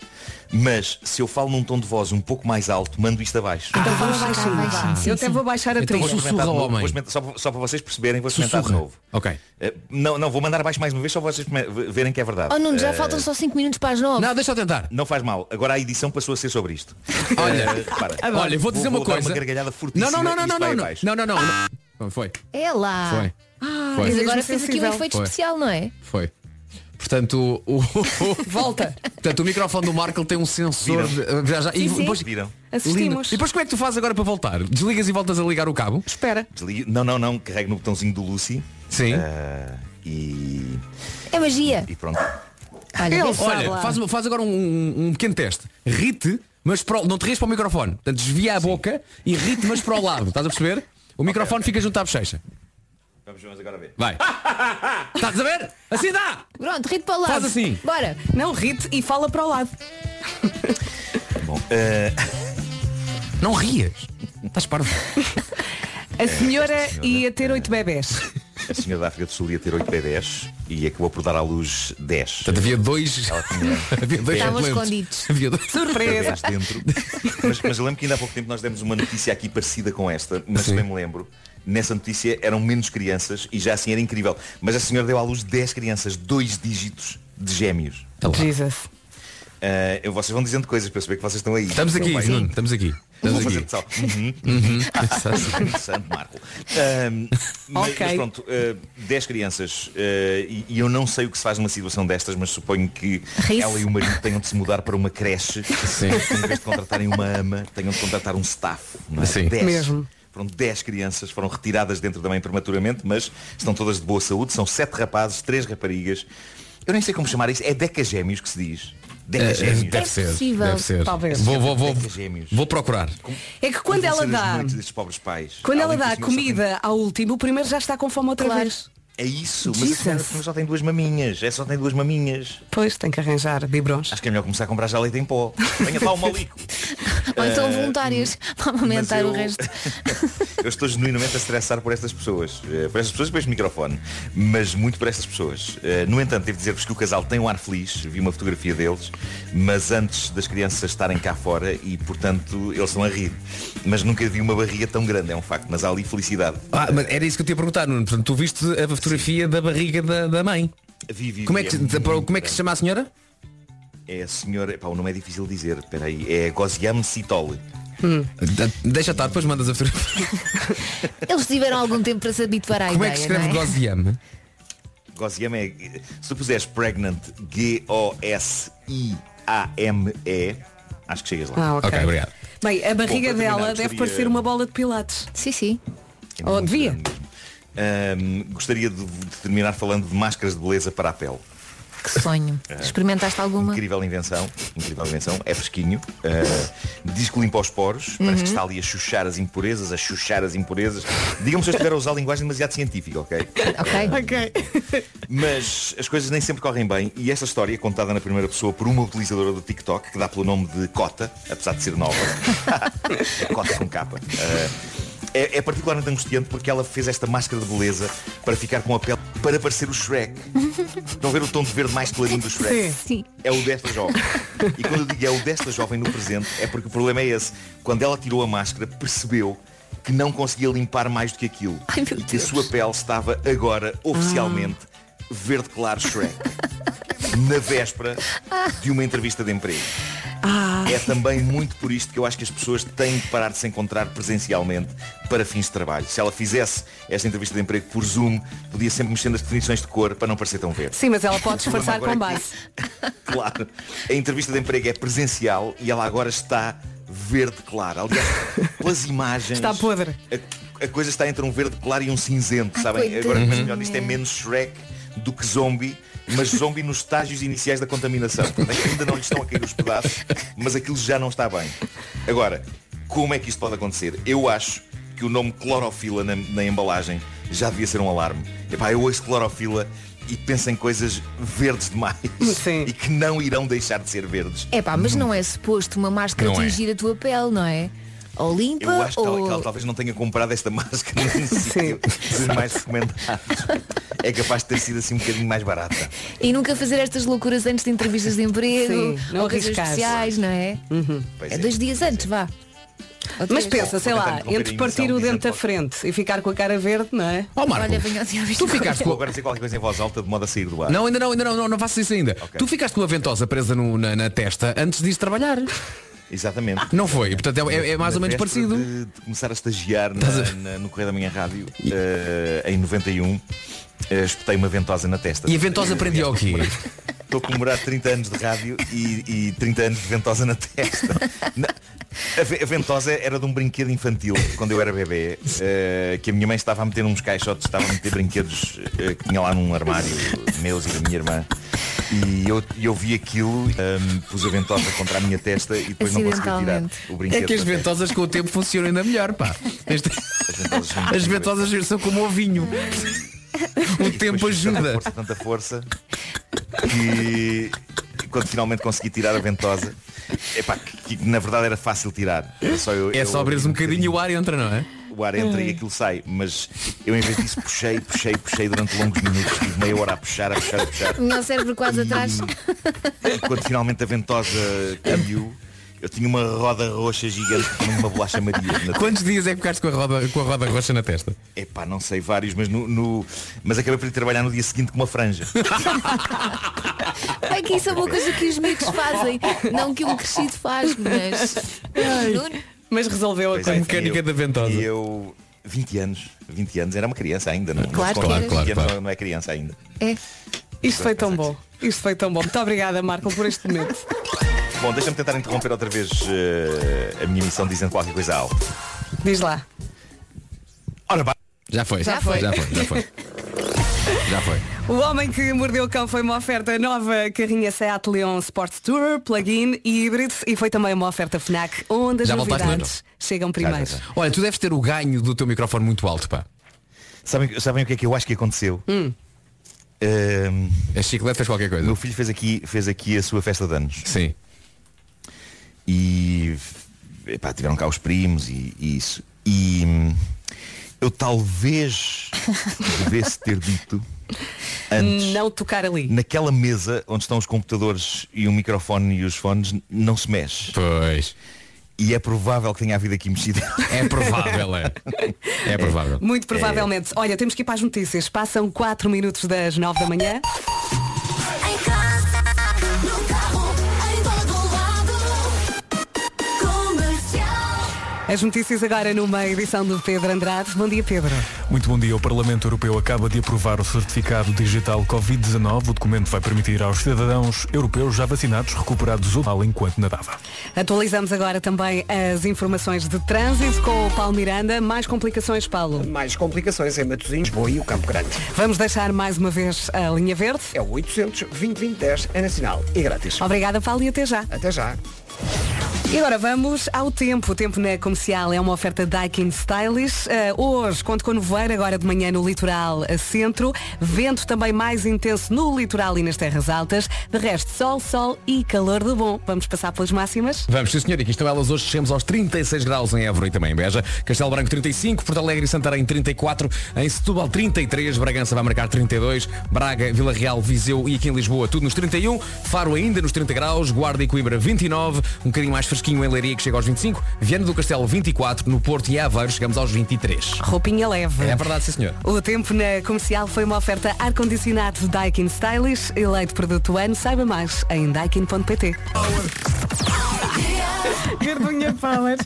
Speaker 12: mas se eu falo num tom de voz um pouco mais alto, mando isto abaixo.
Speaker 1: Então vou baixinho. Eu até vou baixar a
Speaker 12: Então
Speaker 1: trilha.
Speaker 12: vou experimentar de novo, vou experimentar- só, só para vocês perceberem, vou experimentar de novo. Eh,
Speaker 9: Ok.
Speaker 12: não, não, vou mandar abaixo mais uma vez só para vocês prime- verem que é verdade.
Speaker 2: Oh Nuno, já
Speaker 12: Eh,
Speaker 2: faltam só 5 minutos para as 9.
Speaker 9: Não, deixa eu tentar.
Speaker 12: Não faz mal. Agora a edição passou a ser sobre isto.
Speaker 9: Olha,
Speaker 12: Eh, repara.
Speaker 9: olha, vou dizer uma
Speaker 12: dar
Speaker 9: coisa.
Speaker 12: uma gargalhada fortíssima
Speaker 9: Não, não, não,
Speaker 12: e
Speaker 9: não, não,
Speaker 12: isto vai
Speaker 9: não, não.
Speaker 12: abaixo.
Speaker 9: Não, não, não. não. Foi,
Speaker 2: É lá.
Speaker 9: Foi.
Speaker 2: Ah,
Speaker 9: Foi.
Speaker 2: Mas
Speaker 9: Mesmo
Speaker 2: agora fez aqui um
Speaker 9: sensível.
Speaker 2: efeito
Speaker 9: Foi.
Speaker 2: especial, não é?
Speaker 9: foi. Portanto,
Speaker 2: (laughs)
Speaker 9: o.
Speaker 1: Volta.
Speaker 9: Portanto, o microfone do Marco tem um sensor.
Speaker 12: Viram.
Speaker 9: de- já, já, e
Speaker 12: Sim, sim.
Speaker 9: depois,
Speaker 12: Viram.
Speaker 1: Assistimos.
Speaker 9: Lindo. E depois como é que tu fazes agora para voltar? Desligas e voltas a ligar o cabo?
Speaker 1: Espera.
Speaker 12: Desligue- Não, não, não. Carrego no botãozinho do Lucy.
Speaker 9: Sim.
Speaker 12: e,
Speaker 2: É magia.
Speaker 12: e pronto.
Speaker 2: Olha,
Speaker 9: Ele
Speaker 2: vê se
Speaker 9: olha,
Speaker 2: fala.
Speaker 9: faz, uma- faz agora um, um- um pequeno teste. Rite, mas para o- não te rias para o microfone. Portanto, desvia a boca e rite, mas para o lado. Estás a perceber? O microfone fica junto à bochecha.
Speaker 12: Vamos, vamos agora ver.
Speaker 9: Vai. Estás a ver? Assim dá!
Speaker 2: Pronto, rite para lá.
Speaker 9: Faz assim.
Speaker 2: Bora.
Speaker 1: Não, rite e fala para o lado.
Speaker 12: Bom, eh,
Speaker 9: Não rias. Estás parvo.
Speaker 12: É,
Speaker 1: A senhora ia ter oito bebés.
Speaker 12: (laughs) a senhora da África do Sul ia ter 8 bebés e acabou por dar à luz 10.
Speaker 9: Portanto, havia dois.
Speaker 12: Ela tinha
Speaker 9: (laughs) Havia dois
Speaker 2: Estavam
Speaker 9: atletas.
Speaker 2: escondidos.
Speaker 9: Havia dois.
Speaker 1: Surpresa.
Speaker 12: bebés dentro. (laughs) Mas, mas eu lembro que ainda há pouco tempo nós demos uma notícia aqui parecida com esta, mas também me lembro. Nessa notícia eram menos crianças e já assim era incrível. Mas a senhora deu à luz 10 crianças, dois dígitos de gêmeos.
Speaker 9: Então
Speaker 1: Jesus.
Speaker 12: Eh, eu- vocês vão dizendo coisas para eu saber que vocês estão aí.
Speaker 9: Estamos
Speaker 12: Então,
Speaker 9: aqui,
Speaker 12: vai.
Speaker 9: Nuno, estamos aqui.
Speaker 12: Vou
Speaker 9: Estamos
Speaker 12: fazer
Speaker 9: aqui.
Speaker 12: de sal. Uhum, (laughs) uhum. Interessante, Marco. Ahm, mas,
Speaker 1: Ok.
Speaker 12: mas pronto, ah, 10 crianças ah, e, e eu não sei o que se faz numa situação destas, mas suponho que
Speaker 2: Ri-se.
Speaker 12: ela e o marido tenham de se mudar para uma creche
Speaker 9: (laughs) Sim.
Speaker 12: que, em vez de contratarem uma ama, tenham de contratar um staff. Não é?
Speaker 9: Sim.
Speaker 12: 10.
Speaker 1: Mesmo.
Speaker 12: Foram 10 crianças, foram retiradas dentro da mãe prematuramente, mas estão todas de boa saúde, são 7 rapazes, 3 raparigas. Eu nem sei como chamar isto, é decagémios que se diz. Decagémios.
Speaker 9: Eh, Deve ser.
Speaker 2: possível.
Speaker 9: Deve ser.
Speaker 1: É Talvez.
Speaker 9: Vou, vou, vou,
Speaker 12: Gêmeos.
Speaker 9: vou procurar.
Speaker 1: É que quando ela
Speaker 12: Vão ser as
Speaker 1: dá,
Speaker 12: noites destes pobres pais.
Speaker 1: quando ela
Speaker 12: Além
Speaker 1: dá
Speaker 12: disso, o senhor só tem-
Speaker 1: comida ao último, o primeiro já está com fome outra
Speaker 2: Claro.
Speaker 1: vez.
Speaker 12: É isso, mas a
Speaker 1: Jesus.
Speaker 12: senhora só tem duas maminhas. É só tem duas maminhas.
Speaker 1: Pois tem que arranjar biberons.
Speaker 12: Acho que é melhor começar a comprar já leite em pó. Venha lá
Speaker 1: (laughs)
Speaker 12: o malico.
Speaker 2: Ou
Speaker 12: Eh,
Speaker 2: então voluntários (laughs) para
Speaker 12: Mas
Speaker 2: amamentar
Speaker 12: eu-
Speaker 2: o resto.
Speaker 12: eu estou genuinamente a estressar por estas pessoas. Eh, Por estas pessoas e por este microfone. Mas muito por estas pessoas. Eh, No entanto, devo dizer-vos que o casal tem um ar feliz. Vi uma fotografia deles. Mas antes das crianças estarem cá fora e, portanto, eles estão a rir. Mas nunca vi uma barriga tão grande, é um facto. Mas há ali felicidade.
Speaker 9: Ah, mas era isso que eu te ia perguntar, Nuno. Portanto, tu viste a fotografia da barriga da, da mãe.
Speaker 12: Vi, vi,
Speaker 9: Como é,
Speaker 12: vi,
Speaker 9: que,
Speaker 12: muito
Speaker 9: como é que se chama a senhora?
Speaker 12: É a senhora, pá, o nome é difícil de dizer, peraí, é Goziam Citol.
Speaker 9: De- Deixa estar, depois mandas
Speaker 2: (laughs)
Speaker 9: a fotografia.
Speaker 2: Eles tiveram algum tempo para se habituar à
Speaker 9: Como é
Speaker 2: ideia,
Speaker 9: que se escreve
Speaker 2: não é?
Speaker 9: Goziam?
Speaker 12: Goziam é, se tu puseres pregnant, G-O-S-I-A-M-E, acho que chegas lá.
Speaker 1: Ah, ok.
Speaker 9: Ok, obrigado.
Speaker 1: Bem, a barriga
Speaker 12: Bom, para terminar,
Speaker 1: dela deve
Speaker 12: gostaria-
Speaker 1: parecer uma bola de pilates.
Speaker 2: Sim, sim.
Speaker 12: É
Speaker 1: Ou
Speaker 12: muito
Speaker 1: devia.
Speaker 12: grande mesmo. Ahm, gostaria de, de terminar falando de máscaras de beleza para a pele.
Speaker 2: Que sonho.
Speaker 9: É.
Speaker 2: Experimentaste alguma?
Speaker 12: Incrível invenção, incrível invenção, é fresquinho. Ah, diz que limpa os poros,
Speaker 2: Uhum.
Speaker 12: parece que está ali a chuchar as impurezas, a chuchar as impurezas. Digam-me se eu estiver a usar linguagem demasiado científica, ok?
Speaker 2: Ok.
Speaker 1: Ok.
Speaker 12: Mas as coisas nem sempre correm bem e esta história, é contada na primeira pessoa por uma utilizadora do TikTok, que dá pelo nome de Cota, apesar de ser nova, é Cota com capa, eh, é, é particularmente angustiante porque ela fez esta máscara de beleza para ficar com a pele para parecer o Shrek. Estão a ver o tom de verde mais clarinho do Shrek?
Speaker 2: Sim.
Speaker 12: É o desta jovem. E quando eu digo é o desta jovem no presente, é porque o problema é esse. Quando ela tirou a máscara, percebeu que não conseguia limpar mais do que aquilo.
Speaker 2: Ai, meu
Speaker 12: e que a
Speaker 2: Deus.
Speaker 12: sua pele estava agora, oficialmente, verde claro Shrek. Na véspera de uma entrevista de emprego.
Speaker 1: Ah.
Speaker 12: É também muito por isto que eu acho que as pessoas têm de parar de se encontrar presencialmente para fins de trabalho. Se ela fizesse esta entrevista de emprego por Zoom, podia sempre mexer nas definições de cor para não parecer tão verde.
Speaker 1: Sim, mas ela pode
Speaker 12: Mas
Speaker 1: disfarçar
Speaker 12: agora
Speaker 1: com
Speaker 12: é que-
Speaker 1: base.
Speaker 12: claro. A entrevista de emprego é presencial e ela agora está verde claro. Aliás, pelas imagens.
Speaker 1: Está podre.
Speaker 12: A, a coisa está entre um verde claro e um cinzento, sabem?
Speaker 2: coitadinha.
Speaker 12: Agora, mas melhor disto é menos Shrek do que zombie. Mas zombie nos estágios iniciais da contaminação. Portanto, é que Ainda não lhe estão a cair os pedaços, mas aquilo já não está bem. Agora, Como é que isto pode acontecer? Eu acho que o nome clorofila na, na embalagem já devia ser um alarme. Epá, eu ouço clorofila e penso em coisas verdes demais e que não irão deixar de ser verdes.
Speaker 2: É pá, mas não é suposto uma máscara
Speaker 12: Não é.
Speaker 2: atingir a tua pele, não é? Ou limpa
Speaker 12: Eu acho que ela,
Speaker 2: ou.
Speaker 12: que ela talvez não tenha comprado esta máscara num sítio dos mais recomendados. É capaz de ter sido assim um bocadinho mais barata.
Speaker 2: E nunca fazer estas loucuras antes de entrevistas de emprego,
Speaker 1: Sim, não
Speaker 2: ou coisas
Speaker 1: arriscar-se.
Speaker 2: especiais, não é?
Speaker 12: Pois
Speaker 2: É
Speaker 12: é.
Speaker 2: dois dias antes, vá. Ou
Speaker 1: Mas
Speaker 2: três.
Speaker 1: pensa, sei
Speaker 9: um
Speaker 1: lá, entre partir o dente da frente e ficar com a cara verde, não é?
Speaker 9: Ó, Marco,
Speaker 2: Olha, assim venha ao senhor
Speaker 9: tu ficaste com-
Speaker 12: Agora dizer qualquer coisa em voz alta de modo a sair do ar.
Speaker 9: Não, ainda não, ainda não, não, não faças isso ainda. Tu ficaste com a ventosa presa no- na, na testa antes de ir trabalhar.
Speaker 12: Exatamente.
Speaker 9: Não foi, portanto é, é- é mais
Speaker 12: Na
Speaker 9: ou menos
Speaker 12: véspera
Speaker 9: parecido.
Speaker 12: De, de começar a estagiar na-
Speaker 9: Estás a-
Speaker 12: na- no Correio da Manhã Rádio, eh, em 91, eh, espetei uma ventosa na testa.
Speaker 9: E a ventosa
Speaker 12: Eh,
Speaker 9: prendeu
Speaker 12: (laughs)
Speaker 9: ao quê?
Speaker 12: Estou
Speaker 5: um
Speaker 12: a comemorar 30 anos de rádio e, e 30 anos de ventosa na testa. Na- a, ve- a ventosa era de um brinquedo infantil, quando eu era bebê, eh, que a minha mãe estava a meter uns caixotes, estava a meter brinquedos eh, que tinha lá num armário, (laughs) meus e da minha irmã. E eu, e eu vi aquilo, ehm, pus a ventosa contra a minha testa e depois não consegui tirar
Speaker 9: Acidentalmente.
Speaker 12: o brinquedo.
Speaker 9: É que as
Speaker 12: da testa.
Speaker 9: ventosas com o tempo funcionam ainda melhor, pá. Este- (laughs) As ventosas são como o
Speaker 12: (laughs)
Speaker 9: vinho. O Um tempo
Speaker 12: Tanta
Speaker 9: ajuda.
Speaker 12: força, tanta força que quando finalmente consegui tirar a ventosa, epá, que, que na verdade era fácil tirar. Era só eu,
Speaker 9: É
Speaker 12: eu
Speaker 9: só abrir um bocadinho e o ar entra, não é?
Speaker 12: o ar entra e aquilo sai, mas eu em vez disso puxei, puxei, puxei durante longos minutos, tive meia hora a puxar, a puxar, a puxar.
Speaker 2: O meu cérebro quase atrás.
Speaker 12: E quando finalmente a ventosa caiu, eu tinha uma roda roxa gigante com uma bolacha maria. na
Speaker 9: Quantos dias é que ficaste com a roda, com a roda roxa na testa?
Speaker 12: Epá, não sei vários, mas no, no- Mas acabei por ir trabalhar no dia seguinte com uma franja.
Speaker 2: Como é que isso é uma coisa que os miúdos fazem? Não que um crescido faz, mas. Nuno?
Speaker 1: Mas resolveu a
Speaker 12: Pois é,
Speaker 1: coisa.
Speaker 12: eu- E eu, 20 anos, 20 anos, era uma criança ainda, não? não
Speaker 1: Claro
Speaker 12: se
Speaker 1: que
Speaker 12: conta,
Speaker 1: eras.
Speaker 12: 20
Speaker 1: Claro,
Speaker 12: anos
Speaker 1: claro.
Speaker 12: não- Não é criança ainda.
Speaker 2: É.
Speaker 1: Isto foi tão
Speaker 9: é,
Speaker 1: bom. Isto foi tão bom. Muito obrigada, Marco, por este
Speaker 9: (laughs)
Speaker 1: momento.
Speaker 12: Bom, deixa-me tentar interromper outra vez eh, a minha missão dizendo qualquer coisa alta.
Speaker 1: Diz lá.
Speaker 12: Ora pá.
Speaker 9: Já foi,
Speaker 1: Já foi.
Speaker 9: já foi, já foi. Já foi.
Speaker 1: (laughs) O Homem que Mordeu o Cão foi uma oferta nova carrinha Seat Leon Sport Tour, plug-in e híbrido e foi também uma oferta FNAC onde as
Speaker 9: Já voltaste,
Speaker 1: novidades chegam primeiro.
Speaker 9: Olha, tu deves ter o ganho do teu microfone muito alto, pá.
Speaker 12: Sabem, sabem o que é que eu acho que aconteceu?
Speaker 1: Hum.
Speaker 9: a chiclete fez qualquer coisa.
Speaker 12: Ehm, Meu filho fez aqui, fez aqui a sua festa de anos.
Speaker 9: Sim.
Speaker 12: E epá, tiveram cá os primos e, e isso. E hum, eu
Speaker 1: (laughs)
Speaker 12: talvez devesse ter dito antes.
Speaker 1: Não tocar ali.
Speaker 12: Naquela mesa onde estão os computadores e o microfone e os fones n- não se mexe.
Speaker 9: Pois.
Speaker 12: E é provável que tenha havido aqui mexida.
Speaker 9: É provável, é. É provável.
Speaker 1: Muito provavelmente. Olha, temos que ir para as notícias. Passam 4 minutos das 9 da manhã. As notícias agora numa edição do Pedro Andrade. Bom dia, Pedro.
Speaker 7: Muito bom dia. O Parlamento Europeu acaba de aprovar o certificado digital Covid-19. O documento vai permitir aos cidadãos europeus já vacinados recuperar do mal enquanto nadava.
Speaker 1: Atualizamos agora também as informações de trânsito com o Paulo Miranda. Mais complicações, Paulo.
Speaker 6: Mais complicações em Matosinhos, Boa e o Campo Grande.
Speaker 1: Vamos deixar mais uma vez a linha verde.
Speaker 6: É o 800 2010 é nacional e grátis.
Speaker 1: Obrigada, Paulo, e até já.
Speaker 6: Até já.
Speaker 1: E agora vamos ao tempo. O tempo na comercial é uma oferta Daikin Stylish. Eh, hoje, conto com nevoeiro, agora de manhã no litoral a centro. Vento também mais intenso no litoral e nas terras altas. De resto, sol, sol e calor de bom. Vamos passar pelas máximas?
Speaker 9: Vamos, sim senhor, e aqui estão elas hoje, chegamos aos 36 graus em Évora e também em Beja, Castelo Branco 35, Porto Alegre e Santarém 34, em Setúbal 33, Bragança vai marcar 32, Braga, Vila Real, Viseu e aqui em Lisboa tudo nos 31, Faro ainda nos 30 graus, Guarda e Coimbra 29, um bocadinho mais fresquinho em Leiria que chega aos 25, Viana do Castelo 24, no Porto e Aveiro chegamos aos 23.
Speaker 1: Roupinha leve.
Speaker 9: É verdade, sim senhor.
Speaker 1: O tempo na comercial foi uma oferta ar-condicionado Daikin Stylish. Eleito produto do ano. Saiba mais em daikin.pt. Gardunha Palmas.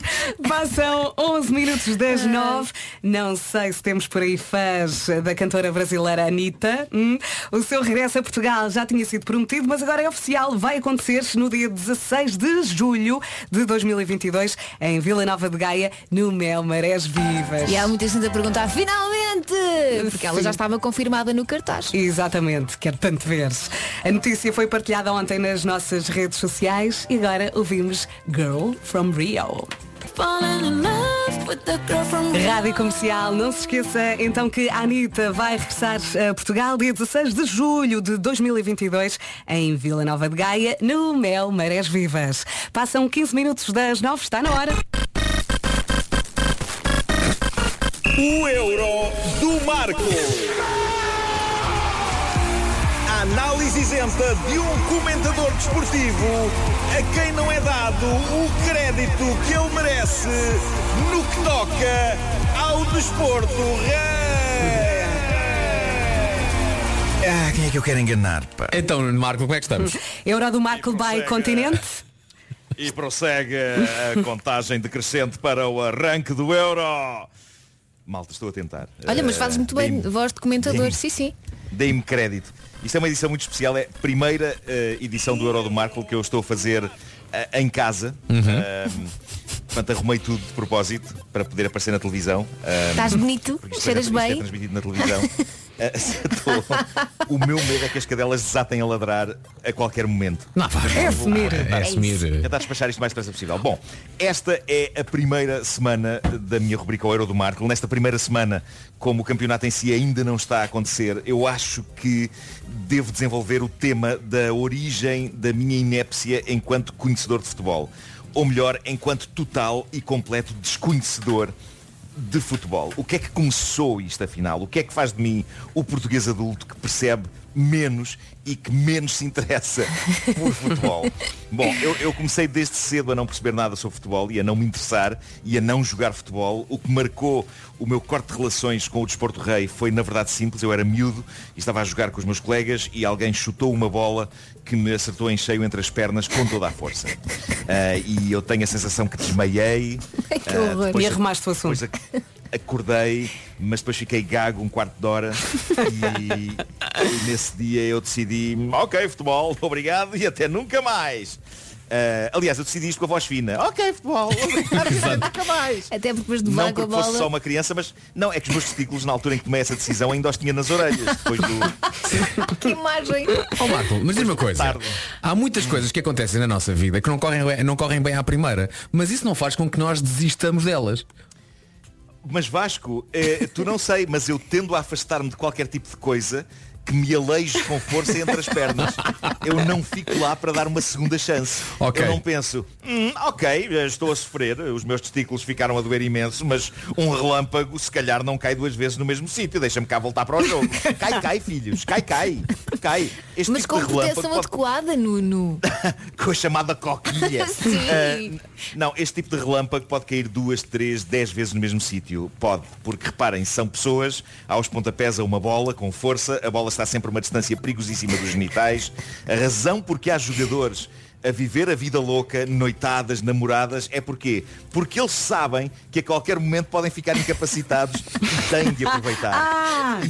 Speaker 1: Passam 11 minutos das 9. Não sei se temos por aí fãs da cantora brasileira Anitta. Hum? O seu regresso a Portugal já tinha sido prometido, mas agora é oficial. Vai acontecer no dia 16 de julho de 2022 em Vila Nova de Gaia, no Mel Marés Vivas.
Speaker 2: E há muita gente a perguntar, finalmente! Porque ela
Speaker 1: Sim.
Speaker 2: já estava confirmada no cartaz.
Speaker 1: Exatamente, quero tanto ver. A notícia foi partilhada ontem nas nossas redes sociais e agora ouvimos Girl from Rio.
Speaker 3: falling in love with the girl from
Speaker 1: Rádio Comercial, não se esqueça então que a Anitta vai regressar a Portugal dia 16 de julho de 2022 em Vila Nova de Gaia, no Mel Marés Vivas. Passam 15 minutos das 9, está na hora.
Speaker 15: O Euro do Marco. A Análise isenta de um comentador desportivo a quem não é dado o crédito que ele merece no que toca ao desporto.
Speaker 12: Ah, quem é que eu quero enganar, pá?
Speaker 9: Então, Marco, como é que estamos?
Speaker 1: Euro do Marco by Continente.
Speaker 13: E prossegue a contagem decrescente para o arranque do Euro.
Speaker 12: Malta, estou a tentar.
Speaker 2: Olha, mas
Speaker 12: Eh,
Speaker 2: fazes muito bem,
Speaker 12: deem-me-
Speaker 2: voz de comentador, sim, sim.
Speaker 12: Deem-me crédito. Isto é uma edição muito especial, é a primeira eh, edição do Euro do Marco que eu estou a fazer eh, em casa.
Speaker 9: Uhum.
Speaker 12: Ahm, portanto, arrumei tudo de propósito para poder aparecer na televisão. Ahm,
Speaker 2: Estás bonito,
Speaker 12: porque isto é-
Speaker 2: cheiras
Speaker 12: isto é
Speaker 2: bem.
Speaker 12: transmitido na televisão.
Speaker 2: (laughs)
Speaker 12: Ah, se eu estou- o meu medo é que as cadelas desatem a ladrar a qualquer momento.
Speaker 9: Não, vá. É assumir.
Speaker 12: Tentar-
Speaker 9: É assumir.
Speaker 12: Tentar despachar isto o mais depressa possível. Bom, esta é a primeira semana da minha rubrica O Euro do Marco. Nesta primeira semana, como o campeonato em si ainda não está a acontecer, eu acho que devo desenvolver o tema da origem da minha inépcia enquanto conhecedor de futebol. Ou melhor, enquanto total e completo desconhecedor de futebol. O que é que começou isto afinal? O que é que faz de mim o português adulto que percebe menos e que menos se interessa por futebol? Bom, eu, eu comecei desde cedo a não perceber nada sobre futebol e a não me interessar e a não jogar futebol. O que marcou o meu corte de relações com o desporto rei foi na verdade simples. Eu era miúdo e estava a jogar com os meus colegas e alguém chutou uma bola que me acertou em cheio entre as pernas com toda a força. Ah, e eu tenho a sensação que desmaiei.
Speaker 1: Que
Speaker 12: Ah,
Speaker 1: horror.
Speaker 12: depois-
Speaker 1: E arrumaste o assunto.
Speaker 12: depois acordei, mas depois fiquei gago um quarto de hora e, e nesse dia eu decidi, ok, futebol, obrigado e até nunca mais. Ah, aliás, eu decidi isto com a voz fina. Ok, futebol, obrigado e até nunca mais.
Speaker 2: Até porque depois de
Speaker 12: Não
Speaker 2: vaga a
Speaker 12: porque fosse só
Speaker 2: bola.
Speaker 12: uma criança, mas não, é que os meus testículos na altura em que tomei essa decisão ainda os tinha nas orelhas. Depois do.
Speaker 2: Que imagem.
Speaker 9: Ó Marco, mas diz uma coisa. Há muitas coisas que acontecem na nossa vida que não correm, bem- não correm bem à primeira, mas isso não faz com que nós desistamos delas.
Speaker 12: Mas Vasco, eh, tu não sei, mas eu tendo a afastar-me de qualquer tipo de coisa que me aleije com força entre as pernas. Eu não fico lá para dar uma segunda chance.
Speaker 9: Ok.
Speaker 12: Eu não penso, "Hum, ok, eh, estou a sofrer, os meus testículos ficaram a doer imenso, mas um relâmpago se calhar não cai duas vezes no mesmo sítio, deixa-me cá voltar para o jogo. Cai, cai, filhos, cai, cai, cai. Este
Speaker 2: Mas
Speaker 12: tipo
Speaker 2: com
Speaker 12: de relâmpago
Speaker 2: proteção
Speaker 12: pode
Speaker 2: adequada, Nuno.
Speaker 12: (laughs) com a chamada coquilha.
Speaker 2: Sim.
Speaker 12: Ah, não, este tipo de relâmpago pode cair duas, três, dez vezes no mesmo sítio. Pode, porque reparem, são pessoas aos pontapés a uma bola com força, a bola está sempre a uma distância perigosíssima dos genitais. A razão porque há jogadores a viver a vida louca, noitadas, namoradas, é porque Porque eles sabem que a qualquer momento podem ficar incapacitados e têm de aproveitar.
Speaker 1: Ah,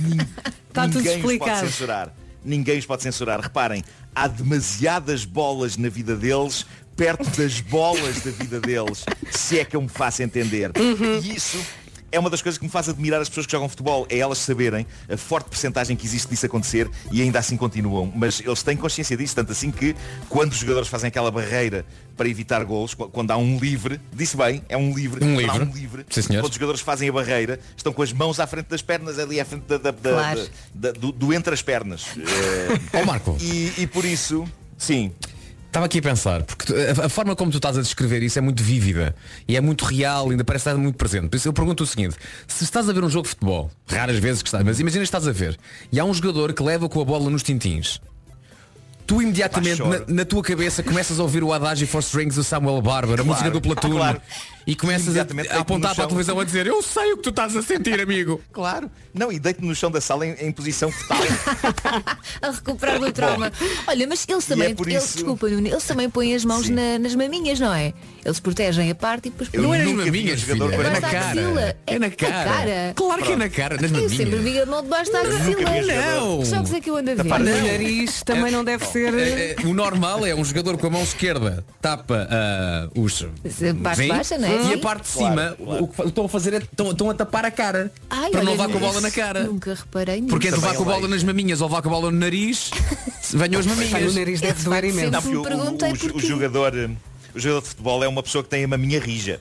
Speaker 1: está tudo
Speaker 12: Ninguém os pode
Speaker 1: explicado.
Speaker 12: censurar. Ninguém os pode censurar. Reparem, há demasiadas bolas na vida deles, perto das bolas da vida deles, se é que eu me faço entender.
Speaker 1: Uhum.
Speaker 12: E isso é uma das coisas que me faz admirar as pessoas que jogam futebol, é elas saberem a forte percentagem que existe disso acontecer e ainda assim continuam. Mas eles têm consciência disso, tanto assim que quando os jogadores fazem aquela barreira para evitar golos, qu- quando há um livre, disse bem, é um livre,
Speaker 9: Um
Speaker 12: quando há
Speaker 9: livre.
Speaker 12: um livre
Speaker 9: Sim, senhor.
Speaker 12: quando os jogadores fazem a barreira, estão com as mãos à frente das pernas, ali à frente da, da- da-
Speaker 9: Claro.
Speaker 12: da- do, do entre
Speaker 9: (laughs)
Speaker 12: as pernas. Eh,
Speaker 9: Ó Oh, Marco.
Speaker 12: E, e por isso, sim.
Speaker 9: Estava aqui a pensar, porque tu- a, a forma como tu estás a descrever isso é muito vívida e é muito real, ainda parece estar muito presente. Por isso eu pergunto o seguinte, se estás a ver um jogo de futebol, raras vezes que estás, mas imagina que estás a ver, e há um jogador que leva com a bola nos tintins. Tu imediatamente
Speaker 12: Pá,
Speaker 9: na,
Speaker 12: choro.
Speaker 9: na tua cabeça começas a ouvir o Adagio for Strings do Samuel Barber, a música do Platuno,
Speaker 12: claro.
Speaker 9: e começas a,
Speaker 12: Imediatamente
Speaker 9: a
Speaker 12: deito-me
Speaker 9: apontar
Speaker 12: no
Speaker 9: para a
Speaker 12: chão.
Speaker 9: televisão a dizer eu sei o que tu estás a sentir, amigo.
Speaker 12: (laughs) Claro. Não, e deito-me no chão da sala em, em posição fetal.
Speaker 2: A recuperar do trauma. Olha, mas eles
Speaker 12: E
Speaker 2: também,
Speaker 12: é por
Speaker 2: eles,
Speaker 12: isso-
Speaker 2: desculpa, Nuno, eles também põem as mãos na- nas maminhas, não é? Eles protegem a parte e depois
Speaker 9: Eu não
Speaker 2: põem-
Speaker 9: era nas
Speaker 12: nunca vi um
Speaker 9: maminhas,
Speaker 12: jogador
Speaker 9: filha.
Speaker 12: com
Speaker 9: É na
Speaker 2: esta axila.
Speaker 9: cara.
Speaker 2: É
Speaker 9: É na
Speaker 2: na cara.
Speaker 9: cara. Claro que é na cara, nas
Speaker 2: Eu sempre
Speaker 9: maminhas.
Speaker 2: vi a mão debaixo da
Speaker 9: Nunca vi um
Speaker 2: axila. Que
Speaker 9: jogador.
Speaker 2: Jogos é que eu ando a ver.
Speaker 9: Tapar
Speaker 1: O
Speaker 9: Não.
Speaker 1: nariz também não deve ser.
Speaker 9: É, é, o normal é um jogador com a mão esquerda tapa ah, os
Speaker 2: parte
Speaker 9: sim,
Speaker 2: baixa, não é?
Speaker 9: e a parte de
Speaker 2: Claro,
Speaker 9: cima o que fa- estão a fazer é estão, estão a tapar a cara
Speaker 2: Ai,
Speaker 9: para não
Speaker 2: olha,
Speaker 9: levar com a bola
Speaker 2: isso
Speaker 9: na cara
Speaker 2: Nunca reparei nisso.
Speaker 9: porque é de levar com a bola nas maminhas ou levar com a bola no (laughs) nariz (laughs) venham as
Speaker 1: Pá,
Speaker 9: maminhas
Speaker 1: o nariz deve doer imenso.
Speaker 2: um
Speaker 12: Não, porque o, o- o- o jogador. eh, o jogador de futebol é uma pessoa que tem a maminha rija.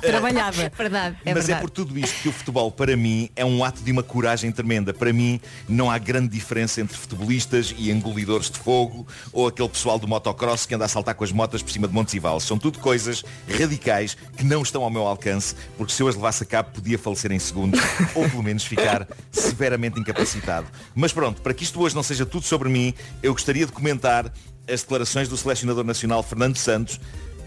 Speaker 2: Trabalhava. verdade, é
Speaker 12: Mas
Speaker 2: verdade.
Speaker 12: é por tudo isto que o futebol, para mim, é um ato de uma coragem tremenda. Para mim, não há grande diferença entre futebolistas e engolidores de fogo ou aquele pessoal do motocross que anda a saltar com as motas por cima de montes e vales. São tudo coisas radicais que não estão ao meu alcance, porque se eu as levasse a cabo podia falecer
Speaker 2: (laughs)
Speaker 12: em segundos ou pelo menos ficar severamente incapacitado. Mas pronto, para que isto hoje não seja tudo sobre mim, eu gostaria de comentar as declarações do selecionador nacional Fernando Santos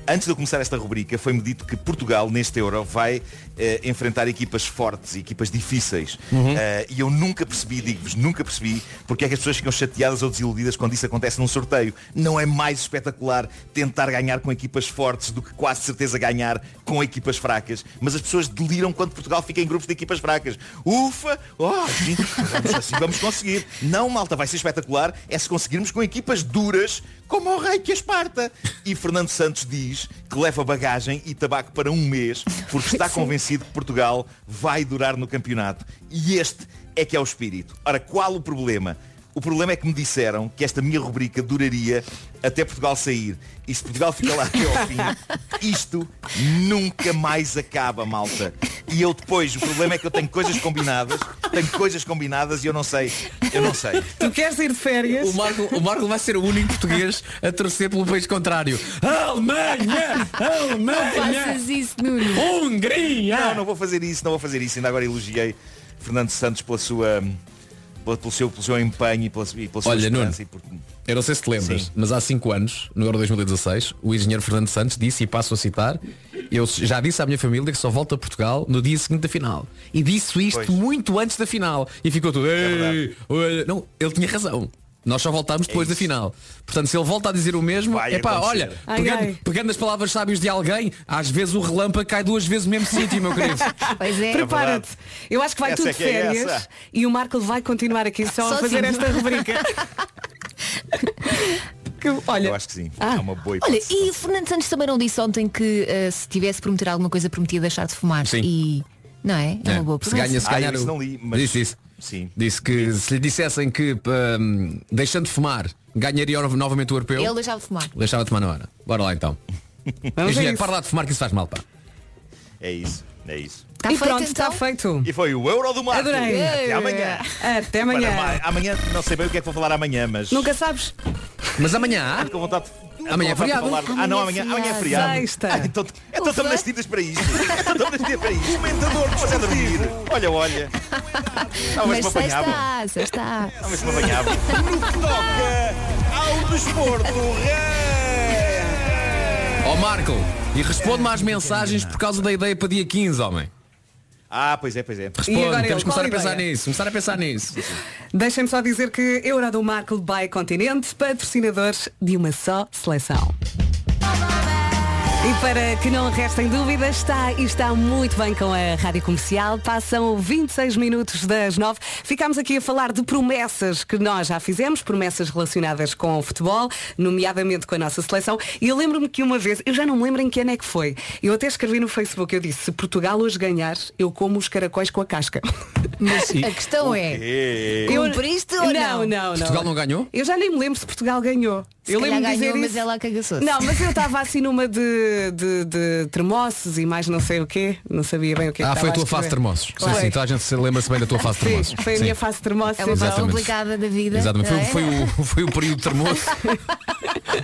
Speaker 12: Antes de eu começar esta rubrica, foi-me dito que Portugal, neste Euro, vai eh, enfrentar equipas fortes, equipas difíceis.
Speaker 9: Uhum.
Speaker 12: Eh, e eu nunca percebi, digo-vos, nunca percebi porque é que as pessoas ficam chateadas ou desiludidas quando isso acontece num sorteio. Não é mais espetacular tentar ganhar com equipas fortes do que quase certeza ganhar com equipas fracas. Mas as pessoas deliram quando Portugal fica em grupos de equipas fracas. Ufa! Oh, sim, vamos, assim vamos conseguir. Não, malta, vai ser espetacular é se conseguirmos com equipas duras como o Rei que a Esparta. E Fernando Santos diz que leva bagagem e tabaco para um mês porque está convencido que Portugal vai durar no campeonato. E este é que é o espírito. Ora, qual o problema? O problema é que me disseram que esta minha rubrica duraria até Portugal sair. E se Portugal fica lá até ao fim, isto nunca mais acaba, malta. E eu depois, o problema é que eu tenho coisas combinadas, tenho coisas combinadas e eu não sei, eu não sei.
Speaker 1: Tu queres ir de férias?
Speaker 9: O Marco, o Marco vai ser o único português a torcer pelo país contrário. (laughs) Alemanha!
Speaker 2: Não
Speaker 9: Alemanha!
Speaker 2: faças isso, Nuno.
Speaker 12: Hungria! Não, não vou fazer isso, não vou fazer isso. Ainda agora elogiei Fernando Santos pela sua pela- pelo seu, pelo seu empenho e pela, e pela sua
Speaker 9: Olha, Nuno,
Speaker 12: esperança e por-
Speaker 9: eu não sei se te lembras, mas há 5 anos, no Euro 2016, o engenheiro Fernando Santos disse, e passo a citar, eu já disse à minha família que só volto a Portugal no dia seguinte da final. E disse isto
Speaker 12: Pois. É
Speaker 9: muito antes da final. E ficou tudo. "Ei, olha." não, ele tinha razão. Nós só voltámos depois da final. Portanto, se ele volta a dizer o mesmo, é pá,
Speaker 12: É acontecer.
Speaker 9: olha,
Speaker 12: Ai,
Speaker 9: pegando,
Speaker 12: ai.
Speaker 9: pegando as palavras sábias de alguém, às vezes o relâmpago cai duas vezes no mesmo sítio, meu
Speaker 1: (laughs)
Speaker 12: (laughs)
Speaker 9: querido.
Speaker 2: Pois é.
Speaker 1: Prepara-te. Eu acho que vai
Speaker 9: Essa
Speaker 1: tudo
Speaker 9: é
Speaker 1: de
Speaker 9: que é
Speaker 1: férias
Speaker 9: essa.
Speaker 1: e o Marco vai continuar aqui só, a fazer
Speaker 2: Sozinho.
Speaker 1: esta rubrica. que, olha,
Speaker 12: eu acho que sim.
Speaker 2: Ah.
Speaker 12: É uma boa
Speaker 2: Olha,
Speaker 12: hipótese.
Speaker 2: e o Fernando Santos também não disse ontem que eh, se tivesse prometer alguma coisa prometia deixar de fumar.
Speaker 9: Sim.
Speaker 2: E não é? É, uma boa
Speaker 9: se
Speaker 2: promessa.
Speaker 9: ganha, se ganhar o- Disse isso.
Speaker 12: Sim.
Speaker 9: Disse que se lhe dissessem que hum, deixando de fumar ganharia nov- novamente o europeu,
Speaker 2: Ele deixava de fumar.
Speaker 9: deixava de fumar na hora. Bora lá
Speaker 1: (laughs)
Speaker 9: então. Engenheiro,
Speaker 1: isso.
Speaker 9: para lá de fumar que isso faz mal, pá.
Speaker 12: É isso, é isso.
Speaker 1: e pronto, está feito.
Speaker 12: E foi o Euro do Marco.
Speaker 1: Adorei.
Speaker 12: Até amanhã.
Speaker 1: Até amanhã.
Speaker 12: Para ma- amanhã não sei bem o que é que vou falar amanhã, mas.
Speaker 1: Nunca sabes?
Speaker 9: Mas amanhã
Speaker 12: Estou com vontade de-
Speaker 9: Amanhã é
Speaker 12: com vontade de
Speaker 9: feriado.
Speaker 12: falar- Ah, não, amanhã, amanhã é feriado. Ah, então então estamos nas tidas para isto. Então estamos nas tidas para isto. Comentador de dormir. Olha, olha. Talvez me
Speaker 2: Mas sexta,
Speaker 12: apanhavam.
Speaker 2: há, sexta. há.
Speaker 12: Talvez me apanhavam.
Speaker 15: No que toca ao desporto,
Speaker 9: Ó Marco, e responde-me às mensagens por causa da ideia para dia 15, homem.
Speaker 12: Ah, pois é, pois é.
Speaker 9: Responde,
Speaker 1: E agora
Speaker 9: temos
Speaker 1: ele,
Speaker 9: que começar
Speaker 1: qual
Speaker 9: a pensar
Speaker 1: ideia? Tá
Speaker 9: nisso, começar a pensar nisso.
Speaker 1: Deixem-me só dizer que Euro do Marco by Continente, patrocinadores de uma só seleção. E para que não restem dúvidas, está e está muito bem com a Rádio Comercial. Passam 26 minutos das 9. Ficámos aqui a falar de promessas que nós já fizemos, promessas relacionadas com o futebol, nomeadamente com a nossa seleção. E eu lembro-me que uma vez, eu já não me lembro em que ano é que foi, eu até escrevi no Facebook, eu disse, se Portugal hoje ganhar, eu como os caracóis com a casca. (laughs)
Speaker 2: Mas a questão é, cumpriste ou não?
Speaker 1: Não, não, não.
Speaker 9: Portugal não ganhou?
Speaker 1: Eu já nem me lembro se Portugal ganhou.
Speaker 2: Se
Speaker 1: eu
Speaker 2: calhar
Speaker 1: lembro
Speaker 2: ganhou,
Speaker 1: dizer
Speaker 2: mas
Speaker 1: isso.
Speaker 2: ela cagaçou
Speaker 1: Não, mas eu estava assim numa de, de, de termossos e mais não sei o quê. Não sabia bem o que é
Speaker 9: Ah,
Speaker 1: que
Speaker 9: foi a
Speaker 1: estava
Speaker 9: tua fase de
Speaker 1: escrever.
Speaker 9: termossos.
Speaker 1: Foi.
Speaker 9: Sim, sim, toda a gente se lembra-se bem da tua fase de
Speaker 1: Sim,
Speaker 9: termossos.
Speaker 1: foi a
Speaker 9: Sim.
Speaker 1: minha fase de termossos.
Speaker 2: É uma fase
Speaker 9: Exatamente.
Speaker 2: complicada da vida.
Speaker 9: Exatamente,
Speaker 2: não
Speaker 9: foi, um-
Speaker 2: é?
Speaker 9: foi o, (laughs) foi o
Speaker 2: (laughs)
Speaker 9: período termoso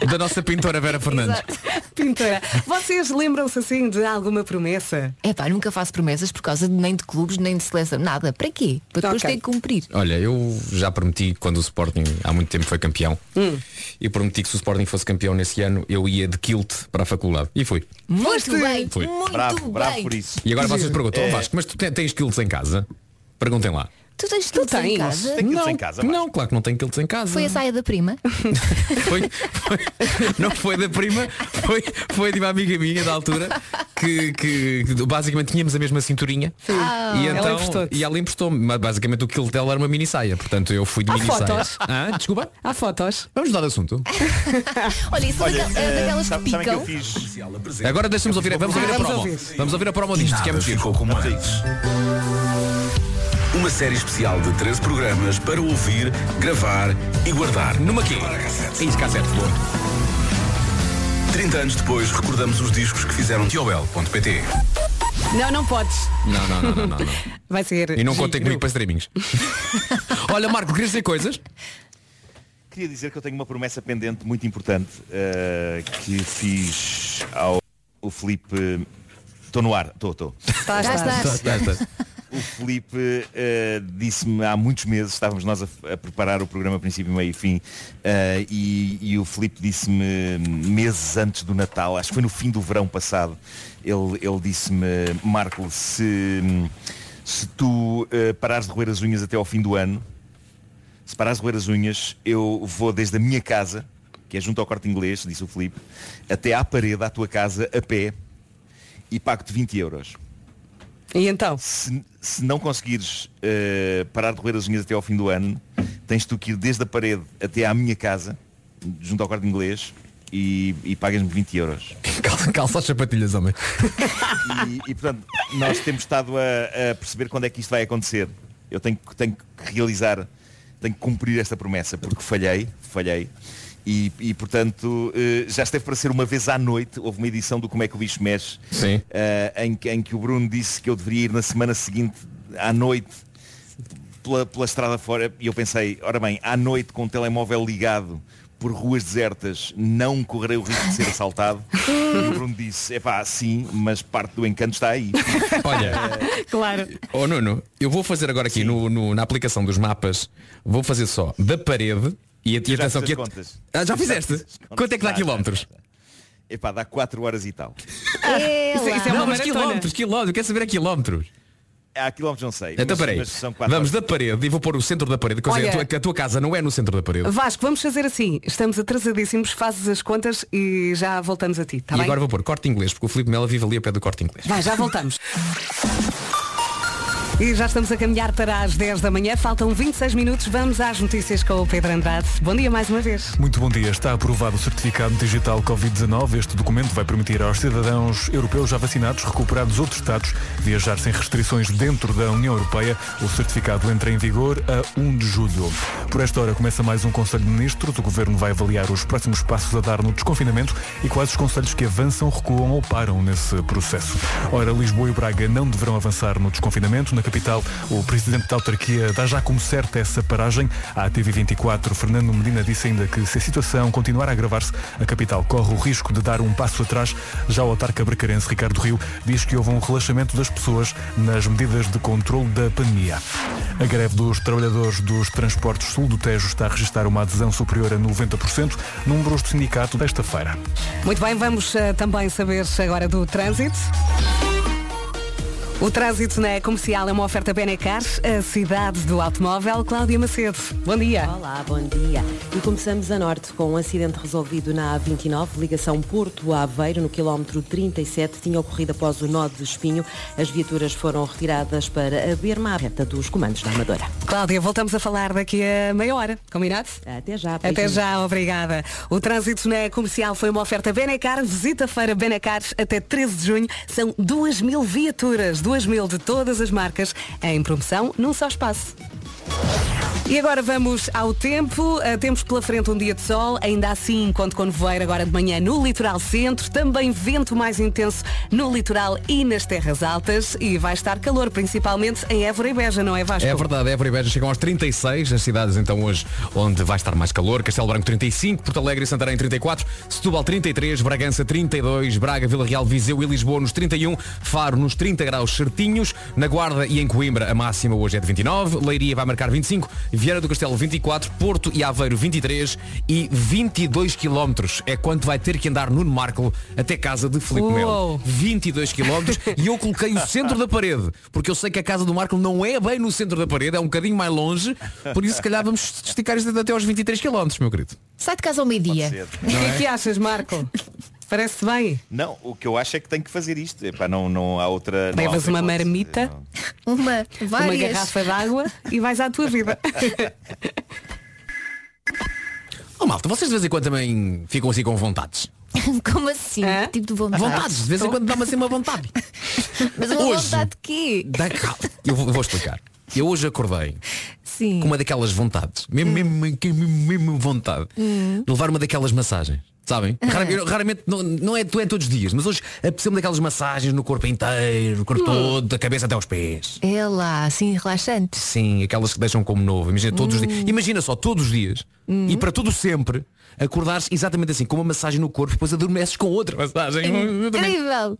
Speaker 9: da nossa pintora Vera Fernandes.
Speaker 1: (laughs) Pintora. Vocês lembram-se assim de alguma promessa?
Speaker 2: É pá, nunca faço promessas por causa de nem de clubes, nem de seleção, nada. Para quê? Para depois
Speaker 1: Ok.
Speaker 2: ter que cumprir.
Speaker 9: Olha, eu já prometi quando o Sporting há muito tempo foi campeão. Eu prometi que se o Sporting fosse campeão nesse ano, eu ia de kilt para a faculdade. E fui.
Speaker 2: Muito bem,
Speaker 9: Fui.
Speaker 2: muito bem.
Speaker 9: E agora vocês
Speaker 2: Giro.
Speaker 9: perguntam, oh,
Speaker 2: É.
Speaker 9: Vasco, mas tu te- tens quilts em casa? Perguntem lá.
Speaker 2: Tu tens tudo em casa?
Speaker 9: não, Não, claro que não tenho quilts em casa.
Speaker 2: Foi a saia da prima.
Speaker 9: Foi- foi- não foi da prima, foi, foi de uma amiga minha da altura que, que basicamente tínhamos a mesma cinturinha.
Speaker 2: Ah.
Speaker 9: e
Speaker 2: Ela
Speaker 9: então
Speaker 2: emprestou-te.
Speaker 9: e ela emprestou-me, mas basicamente o quilo dela era uma mini saia, portanto eu fui de
Speaker 2: Há
Speaker 9: mini saia.
Speaker 2: fotos?
Speaker 9: Ah, desculpa?
Speaker 1: Há fotos.
Speaker 9: Vamos mudar de assunto.
Speaker 2: Olha, isso
Speaker 12: Olha,
Speaker 2: é daquel- é
Speaker 12: eh,
Speaker 2: daquelas que
Speaker 12: sabe- sabem que
Speaker 2: picam.
Speaker 12: eu fiz.
Speaker 9: Agora deixamos ouvir, vamos ouvir a
Speaker 12: Vamos
Speaker 9: promo.
Speaker 12: ouvir.
Speaker 9: Vamos ouvir a promo disto, que é muito giro.
Speaker 16: Uma série especial de 13 programas para ouvir, gravar e guardar. Numa quê? Em cassete. 30 anos depois, recordamos os discos que fizeram tiobel.pt.
Speaker 1: Não, não podes.
Speaker 9: Não, não, não, não, não, não.
Speaker 1: Vai ser.
Speaker 9: E não
Speaker 1: giro.
Speaker 9: contem comigo para streamings. Olha, Marco, (laughs) querias dizer coisas?
Speaker 12: Queria dizer que eu tenho uma promessa pendente muito importante eh, que fiz ao o Felipe. Estou no ar, estou, estou.
Speaker 1: Estás, estás.
Speaker 9: Estás, estás.
Speaker 12: O Felipe eh, disse-me há muitos meses, estávamos nós a, a preparar o programa princípio, meio e fim, eh, e, e o Felipe disse-me meses antes do Natal, acho que foi no fim do verão passado, ele, ele disse-me, Marco, se, se tu eh, parares de roer as unhas até ao fim do ano, se parares de roer as unhas, eu vou desde a minha casa, que é junto ao corte inglês, disse o Filipe, até à parede, à tua casa, a pé, e pago-te 20 euros.
Speaker 1: E então?
Speaker 12: Se, se não conseguires eh, parar de roer as unhas até ao fim do ano, tens tu que ir desde a parede até à minha casa, junto ao quarto inglês, e, e pagas-me 20 euros.
Speaker 9: Calça, calça as sapatilhas, homem.
Speaker 12: E, e, portanto, nós temos estado a, a perceber quando é que isto vai acontecer. Eu tenho, que- tenho que realizar, tenho que cumprir esta promessa, porque falhei, falhei. E, e, portanto, eh, já esteve para ser uma vez à noite, houve uma edição do Como é que o Bicho Mexe,
Speaker 9: Sim.
Speaker 12: eh, em, que- em que o Bruno disse que eu deveria ir na semana seguinte, à noite, pela, pela estrada fora e eu pensei, ora bem, à noite com o telemóvel ligado por ruas desertas não correrei o risco de ser assaltado. e o Bruno disse, epá, sim, mas parte do encanto está aí.
Speaker 9: Olha,
Speaker 1: Claro.
Speaker 9: Ô Nuno, eu vou fazer agora aqui no, no- na aplicação dos mapas, vou fazer só da parede e, a- e
Speaker 12: Eu já
Speaker 9: atenção
Speaker 12: fiz
Speaker 9: que.
Speaker 12: as
Speaker 9: a-
Speaker 12: contas.
Speaker 9: Ah, já
Speaker 12: Eu já
Speaker 9: fizeste?
Speaker 12: fiz as contas.
Speaker 9: Quanto é que dá
Speaker 12: Já, já,
Speaker 9: quilómetros?
Speaker 12: Epá, dá 4 horas e tal.
Speaker 9: Isso, isso é
Speaker 1: Ela.
Speaker 9: uma mas
Speaker 1: Maratona.
Speaker 9: quilómetros, quilómetros, eu quero saber é quilómetros.
Speaker 12: É, Há quilómetros não sei.
Speaker 9: Então
Speaker 12: mas-
Speaker 9: peraí,
Speaker 12: mas são quatro
Speaker 9: vamos
Speaker 12: horas.
Speaker 9: da parede e vou pôr o centro da parede, quer dizer, a
Speaker 1: Olha.
Speaker 9: tua, a tua casa não é no centro da parede.
Speaker 1: Vasco, vamos fazer assim. Estamos atrasadíssimos, fazes as contas e já voltamos a ti, tá
Speaker 9: e
Speaker 1: bem?
Speaker 9: agora vou pôr corte inglês, porque o Filipe Mela vive ali a pé do corte inglês.
Speaker 1: Vai, já voltamos. E já estamos a caminhar para as 10 da manhã, faltam 26 minutos, vamos às notícias com o Pedro Andrade. Bom dia mais uma vez.
Speaker 7: Muito bom dia. Está aprovado o certificado digital Covid-19. Este documento vai permitir aos cidadãos europeus já vacinados, recuperados outros estados, viajar sem restrições dentro da União Europeia. O certificado entra em vigor a 1 de julho. Por esta hora começa mais um Conselho de Ministros. O Governo vai avaliar os próximos passos a dar no desconfinamento e quais os conselhos que avançam, recuam ou param nesse processo. Ora, Lisboa e Braga não deverão avançar no desconfinamento. Na capital, o presidente da autarquia dá já como certa essa paragem. À TV24, Fernando Medina disse ainda que se a situação continuar a agravar-se, a capital corre o risco de dar um passo atrás. Já o autarca bracarense Ricardo Rio diz que houve um relaxamento das pessoas nas medidas de controle da pandemia. A greve dos trabalhadores dos transportes sul do Tejo está a registrar uma adesão superior a 90%, números do sindicato desta feira.
Speaker 1: Muito bem, vamos eh, também saber agora do trânsito. O trânsito na comercial é uma oferta Benecar, a cidade do automóvel. Cláudia Macedo, bom dia.
Speaker 17: Olá, bom dia. E começamos a norte com um acidente resolvido na A29, ligação Porto a Aveiro, no quilómetro 37. Tinha ocorrido após o nó de espinho. As viaturas foram retiradas para a Berma, à reta dos comandos da Amadora.
Speaker 1: Cláudia, voltamos a falar daqui a meia hora, combinado?
Speaker 17: Até já.
Speaker 1: Até já, obrigada. O trânsito na comercial foi uma oferta Benacar. Visita a feira Benacar até 13 de junho. São 2 mil viaturas, 2 mil de todas as marcas, em promoção num só espaço. E agora vamos ao tempo. Ah, Temos pela frente um dia de sol, ainda assim conto com nevoeiro agora de manhã no litoral centro, também vento mais intenso no litoral e nas terras altas e vai estar calor, principalmente em Évora e Beja, não é Vasco?
Speaker 9: É verdade, Évora e Beja chegam aos 36, as cidades então hoje onde vai estar mais calor, Castelo Branco 35, Porto Alegre e Santarém 34, Setúbal 33, Bragança 32, Braga, Vila Real, Viseu e Lisboa nos 31, Faro nos 30 graus certinhos, na Guarda e em Coimbra a máxima hoje é de 29, Leiria vai marcar 25, Vieira do Castelo 24, Porto e Aveiro 23 e 22 quilómetros é quanto vai ter que andar Nuno Marco até casa de Filipe Melo.
Speaker 1: Uou.
Speaker 9: 22 quilómetros e eu coloquei o centro da parede, porque eu sei que a casa do Marco não é bem no centro da parede, é um bocadinho mais longe, por isso se calhar vamos esticar isto até aos 23 quilómetros, meu querido.
Speaker 2: Sai de casa ao meio-dia.
Speaker 1: O que é que achas, Marco? Parece bem.
Speaker 12: Não, o que eu acho é que tenho que fazer isto. Epá, não, não há outra. Não há
Speaker 1: Levas
Speaker 12: outra
Speaker 1: uma
Speaker 12: hipótese.
Speaker 1: marmita,
Speaker 4: Uma,
Speaker 1: uma
Speaker 4: várias.
Speaker 1: garrafa de água e vais à
Speaker 2: (laughs)
Speaker 1: tua vida.
Speaker 9: Oh malta, vocês de vez em quando também ficam assim com vontades.
Speaker 2: Como assim? Que tipo de vontade?
Speaker 9: Vontades, de vez em quando dá-me assim uma vontade.
Speaker 2: (laughs) Mas uma
Speaker 9: Hoje.
Speaker 2: vontade de quê?
Speaker 9: Dá cal- Eu vou, vou explicar. Eu hoje acordei
Speaker 2: Sim.
Speaker 9: com uma daquelas vontades, mesmo, mesmo, mesmo, mesmo vontade,
Speaker 2: Hum.
Speaker 9: de levar uma daquelas massagens. Sabem? Raram- eu- Raramente, não, não, é, não é todos os dias, mas hoje apeteceu-me daquelas massagens no corpo inteiro, o corpo
Speaker 2: Hum.
Speaker 9: todo, da cabeça até aos pés.
Speaker 2: É lá, assim, relaxante.
Speaker 9: Sim, aquelas que deixam como novo. Imagina todos os
Speaker 2: Hum.
Speaker 9: dias. Imagina só, todos os dias.
Speaker 2: Hum.
Speaker 9: E para tudo sempre, acordares exatamente assim, com uma massagem no corpo, depois adormeces com outra massagem.
Speaker 2: Então,
Speaker 9: Eu também-
Speaker 2: Incrível!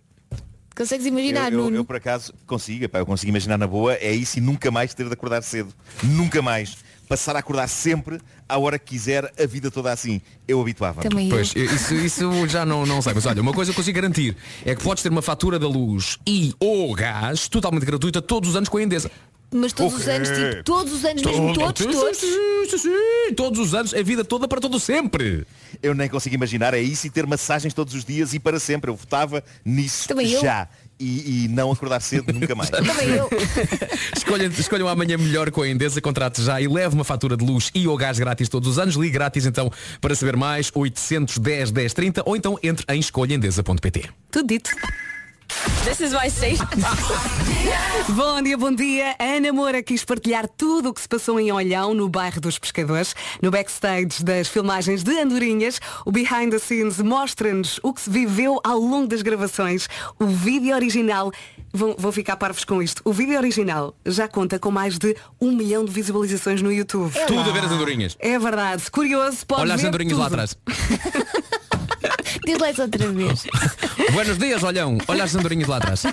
Speaker 2: Consegues imaginar,
Speaker 12: eu, eu-
Speaker 2: Nuno?
Speaker 12: eu, por acaso consigo, epá, eu consigo imaginar na boa, é isso e nunca mais ter de acordar cedo. Nunca mais. Passar a acordar sempre, à hora que quiser, a vida toda assim. Eu habituava.
Speaker 9: Também eu. Pois, isso, isso já não, não sei, mas olha, uma coisa que eu consigo garantir é que podes ter uma fatura da luz e ou gás totalmente gratuita todos os anos com a Endesa.
Speaker 2: Mas todos os
Speaker 9: Ok.
Speaker 2: anos, tipo, todos os anos, mesmo todos,
Speaker 9: Sim,
Speaker 2: todos.
Speaker 9: sim, sim, sim, todos os anos, a vida toda para todo sempre.
Speaker 12: Eu nem consigo imaginar, é isso e ter massagens todos os dias e para sempre. Eu votava nisso
Speaker 2: Também eu.
Speaker 12: já. E, e não acordar cedo nunca mais.
Speaker 9: Escolham, escolham um amanhã melhor com a Endesa, contrate já e leve uma fatura de luz e ou gás grátis todos os anos. Ligue grátis então para saber mais 810 1030 ou então entre em escolhaendesa.pt.
Speaker 1: Tudo dito.
Speaker 18: This is my station.
Speaker 1: Bom dia, bom dia. Ana Moura quis partilhar tudo o que se passou em Olhão, no bairro dos Pescadores. No backstage das filmagens de Andorinhas, o Behind the Scenes mostra-nos o que se viveu ao longo das gravações. O vídeo original, vão, vão ficar parvos com isto, o vídeo original já conta com mais de um milhão de visualizações no YouTube.
Speaker 9: Tudo a ver as andorinhas.
Speaker 1: É verdade. Curioso, pode
Speaker 9: Olha as
Speaker 1: ver
Speaker 9: andorinhas
Speaker 1: tudo.
Speaker 9: lá atrás.
Speaker 2: Diz lá isso outra vez.
Speaker 9: Buenos dias, olhão. Olha as andorinhas lá atrás.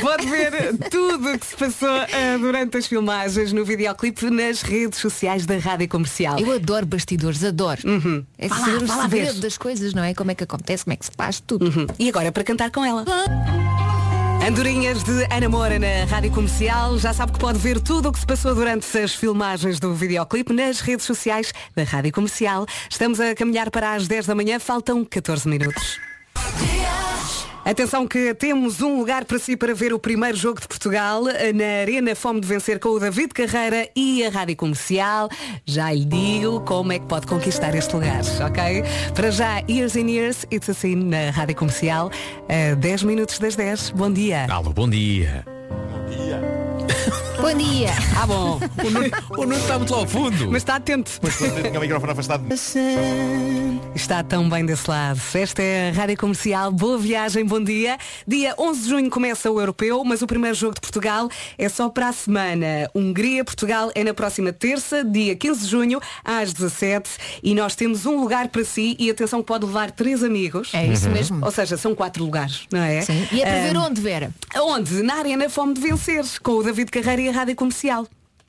Speaker 1: Pode ver tudo o que se passou eh, durante as filmagens no videoclipe nas redes sociais da Rádio Comercial. Uhum.
Speaker 2: Eu adoro bastidores, adoro. É
Speaker 1: Vá lá,
Speaker 2: saber
Speaker 1: vá
Speaker 2: o
Speaker 1: lá ver.
Speaker 2: segredo das coisas, não é? Como é que acontece, como é que se faz tudo.
Speaker 1: E agora para cantar com ela. Andorinhas de Ana Moura na Rádio Comercial. Já sabe que pode ver tudo o que se passou durante as filmagens do videoclipe nas redes sociais da Rádio Comercial. Estamos a caminhar para as 10 da manhã, faltam 14 minutos. Atenção que temos um lugar para si para ver o primeiro jogo de Portugal eh, na Arena Fome de Vencer com o David Carreira e a Rádio Comercial. Já lhe digo como é que pode conquistar este lugar, ok? Para já, Years and Years, It's Assim na Rádio Comercial, a 10 minutos das 10. Bom dia.
Speaker 9: Alô, bom dia.
Speaker 2: Bom dia.
Speaker 1: Ah, bom.
Speaker 9: (laughs) O Nuno, o Nuno está muito lá ao fundo.
Speaker 1: Mas está atento.
Speaker 12: Mas tinha o microfone afastado.
Speaker 1: Está tão bem desse lado. Esta é a Rádio Comercial. Boa viagem, bom dia. Dia 11 de junho começa o Europeu, mas o primeiro jogo de Portugal é só para a semana. Hungria-Portugal é na próxima terça, dia 15 de junho, às 17 E nós temos um lugar para si e atenção que pode levar três amigos.
Speaker 2: É isso Uhum. mesmo.
Speaker 1: Ou seja, são quatro lugares, não é?
Speaker 2: Sim. E é para ver onde, Vera?
Speaker 1: Onde? Na Arena Fome de Vencer, com o David Carreira e a Rádio Comercial.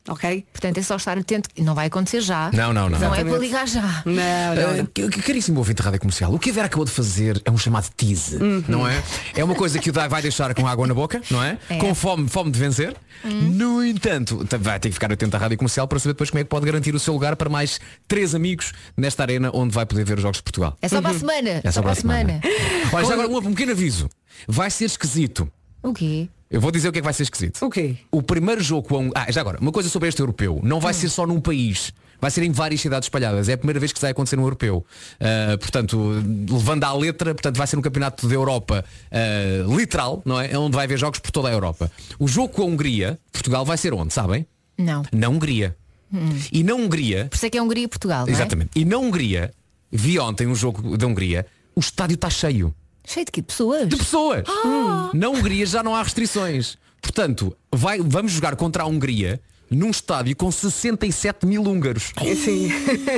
Speaker 1: Ok?
Speaker 2: Portanto, é só estar atento. Não vai acontecer já.
Speaker 9: Não, não,
Speaker 2: Não
Speaker 9: não.
Speaker 2: é
Speaker 9: Exatamente.
Speaker 2: para ligar já.
Speaker 9: Ah, que- que- Caríssimo ouvinte da Rádio Comercial, o que a Vera acabou de fazer é um chamado tease,
Speaker 2: Uhum.
Speaker 9: não é? É uma coisa que o Dai vai deixar com água na boca, não é?
Speaker 2: É. Uhum.
Speaker 9: Com fome, fome de vencer. No entanto, t- vai ter que ficar atento à Rádio Comercial para saber depois como é que pode garantir o seu lugar para mais três amigos nesta arena onde vai poder ver os Jogos de Portugal.
Speaker 2: É só para a semana.
Speaker 9: É só para a semana. Olha, já agora um, um pequeno aviso. Vai ser esquisito.
Speaker 2: O quê?
Speaker 9: Eu vou dizer o que é que vai ser esquisito.
Speaker 1: O quê?
Speaker 9: O primeiro jogo com a Hung- Ah, já agora, uma coisa sobre este europeu. Não
Speaker 2: Hum.
Speaker 9: vai ser só num país. Vai ser em várias cidades espalhadas. É a primeira vez que isso vai acontecer no europeu. Ah, portanto, levando à letra, portanto, vai ser um campeonato da Europa ah, literal, não é? É Onde vai haver jogos por toda a Europa. O jogo com a Hungria, Portugal, vai ser onde, sabem?
Speaker 2: Não.
Speaker 9: Na Hungria.
Speaker 2: Hum.
Speaker 9: E na Hungria.
Speaker 2: Por isso é que é Hungria e Portugal, não é?
Speaker 9: Exatamente. E na Hungria, vi ontem um jogo da Hungria, o estádio está cheio.
Speaker 2: Cheio de que pessoas? De
Speaker 9: pessoas.
Speaker 2: Ah.
Speaker 9: Na Hungria já não há restrições. Portanto, vai- vamos jogar contra a Hungria num estádio com 67 mil húngaros.
Speaker 1: Sim.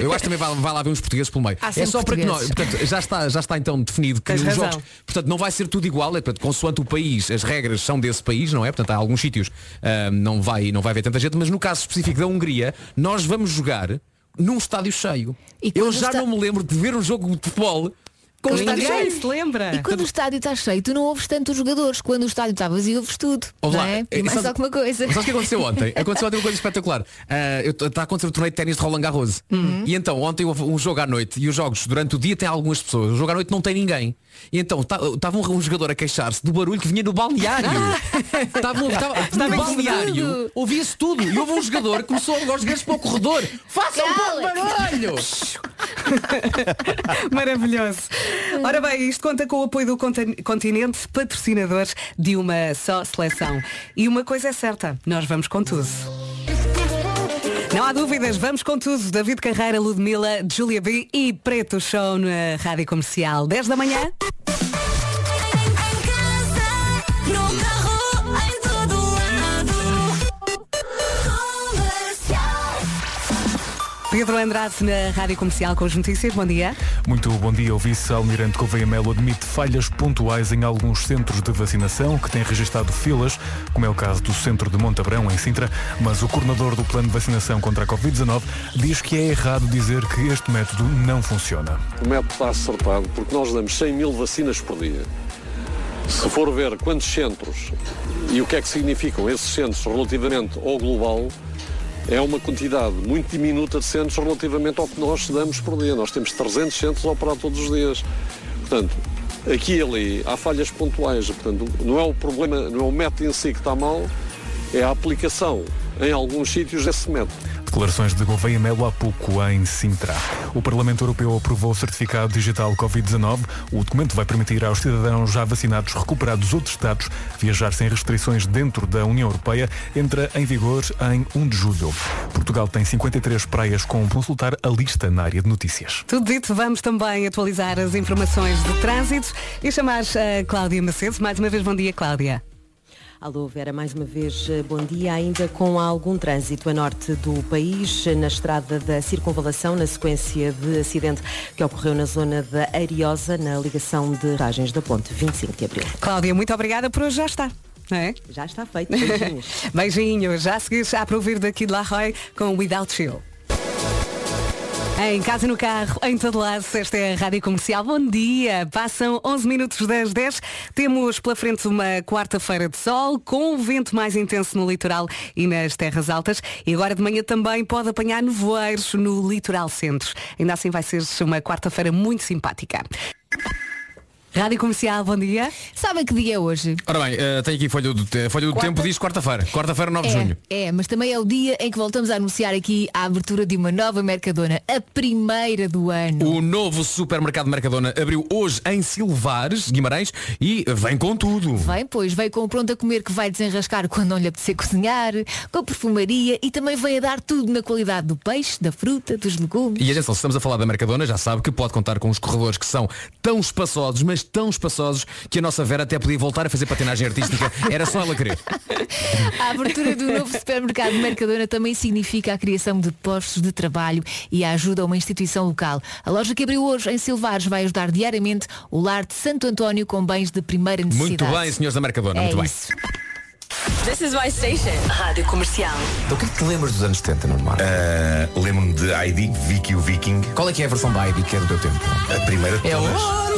Speaker 9: Eu acho que também vai, vai lá ver uns portugueses pelo meio.
Speaker 1: Há
Speaker 9: é
Speaker 1: sempre
Speaker 9: só para que nós.
Speaker 1: portugueses.
Speaker 9: Portanto, já está, já está então definido que
Speaker 1: Tens
Speaker 9: os
Speaker 1: razão.
Speaker 9: jogos. Portanto, não vai ser tudo igual. É, portanto, consoante o país, as regras são desse país, não é? Portanto, há alguns sítios ah, não, vai, não vai haver tanta gente. Mas no caso específico da Hungria, nós vamos jogar num estádio cheio. Eu já não me lembro de ver um jogo de futebol com o estádio
Speaker 2: Ninguém
Speaker 9: cheio.
Speaker 2: se E quando o estádio está cheio, tu não ouves tanto os jogadores. Quando o estádio está vazio, ouves tudo.
Speaker 9: Ouve
Speaker 2: não
Speaker 9: lá,
Speaker 2: é?
Speaker 9: eh,
Speaker 2: E mais
Speaker 9: sabe-
Speaker 2: só que uma coisa.
Speaker 9: Mas Sabes o que
Speaker 2: (laughs)
Speaker 9: aconteceu ontem? Aconteceu ontem uma coisa espetacular. Ah, eu Está a acontecer o torneio de ténis de Roland Garros.
Speaker 2: Uhum.
Speaker 9: E então, ontem houve um jogo à noite e os jogos durante o dia tem algumas pessoas. O jogo à noite não tem ninguém. E então estava um, um jogador a queixar-se do barulho que vinha do balneário.
Speaker 2: Ah!
Speaker 9: Estava Ah,
Speaker 2: (laughs)
Speaker 9: (laughs) estava-
Speaker 15: Estava
Speaker 9: no
Speaker 15: em
Speaker 9: balneário,
Speaker 15: tudo.
Speaker 9: ouvia-se tudo. E houve um jogador que começou a levar os gajos para o corredor. Faça um pouco de barulho!
Speaker 1: (laughs) Maravilhoso. Ora bem, isto conta com o apoio do contin- continente, patrocinador de uma só seleção. E uma coisa é certa, nós vamos com tudo. Não há dúvidas, vamos com tudo. David Carreira, Ludmilla, Julia B e Preto Show na Rádio Comercial. 10 da manhã. Pedro Andrade na Rádio Comercial com as notícias. Bom dia.
Speaker 7: Muito bom dia. O vice-almirante Gouveia Melo admite falhas pontuais em alguns centros de vacinação que têm registado filas, como é o caso do centro de Montabrão, em Sintra, mas o coordenador do plano de vacinação contra a Covid-19 diz que é errado dizer que este método não funciona.
Speaker 19: O método está acertado porque nós damos 100 mil vacinas por dia. Se for ver quantos centros e o que é que significam esses centros relativamente ao global, é uma quantidade muito diminuta de centros relativamente ao que nós damos por dia. Nós temos 300 centros a operar todos os dias. Portanto, aqui e ali há falhas pontuais. Portanto, não é o problema, não é o método em si que está mal, é a aplicação em alguns sítios desse método.
Speaker 7: Declarações de Gouveia Melo há pouco em Sintra. O Parlamento Europeu aprovou o certificado digital Covid-19. O documento vai permitir aos cidadãos já vacinados recuperados ou testados viajar sem restrições dentro da União Europeia. Entra em vigor em 1 de julho. Portugal tem 53 praias com consultar a lista na área de notícias.
Speaker 1: Tudo dito, vamos também atualizar as informações de trânsito e chamar a Cláudia Macedo. Mais uma vez, bom dia, Cláudia.
Speaker 17: Alô Vera, mais uma vez eh, bom dia, ainda com algum trânsito a norte do país, eh, na estrada da circunvalação, na sequência de acidente que ocorreu na zona da Ariosa, na ligação de Ragens da Ponte, 25 de Abril.
Speaker 1: Cláudia, muito obrigada por hoje já está. Não é?
Speaker 17: Já está
Speaker 1: (laughs)
Speaker 17: feito, beijinhos.
Speaker 1: Beijinhos. Já a seguir, já para ouvir daqui de La Roy com Without You. Em casa, no carro, em todo lado, esta é a Rádio Comercial. Bom dia! Passam 11 minutos das 10. Temos pela frente uma quarta-feira de sol, com o vento mais intenso no litoral e nas terras altas. E agora de manhã também pode apanhar nevoeiros no litoral centro. Ainda assim vai ser uma quarta-feira muito simpática. Rádio Comercial, bom dia.
Speaker 2: Sabem que dia é hoje?
Speaker 9: Ora bem, eh, tem aqui folha do, te- folha do
Speaker 2: Quarta-
Speaker 9: tempo, diz quarta-feira. Quarta-feira, 9 de
Speaker 2: é,
Speaker 9: junho.
Speaker 2: É, mas também é o dia em que voltamos a anunciar aqui a abertura de uma nova Mercadona, a primeira do ano.
Speaker 9: O novo supermercado Mercadona abriu hoje em Silvares, Guimarães, e vem com tudo.
Speaker 2: Vem, pois, veio com o pronto a comer que vai desenrascar quando não lhe apetecer cozinhar, com a perfumaria e também vem a dar tudo na qualidade do peixe, da fruta, dos legumes.
Speaker 9: E atenção, se estamos a falar da Mercadona, já sabe que pode contar com os corredores que são tão espaçosos, mas tão espaçosos, que a nossa Vera até podia voltar a fazer patinagem artística. Era só
Speaker 1: (laughs)
Speaker 9: ela querer.
Speaker 2: A abertura do novo supermercado Mercadona também significa a criação de postos de trabalho e a ajuda a uma instituição local. A loja que abriu hoje em Silvares vai ajudar diariamente o lar de Santo António com bens de primeira
Speaker 9: Muito
Speaker 2: necessidade.
Speaker 9: bem, senhores da Mercadona,
Speaker 2: É
Speaker 9: muito
Speaker 2: isso.
Speaker 18: This is my station. Rádio Comercial.
Speaker 12: Então o que é que te lembras dos anos 70, Nuno Marco? Ah, Lembro-me de ID, Vicky o Viking. Qual é que é a versão da ID que é do teu tempo? A primeira de
Speaker 9: É
Speaker 12: todas.
Speaker 9: o-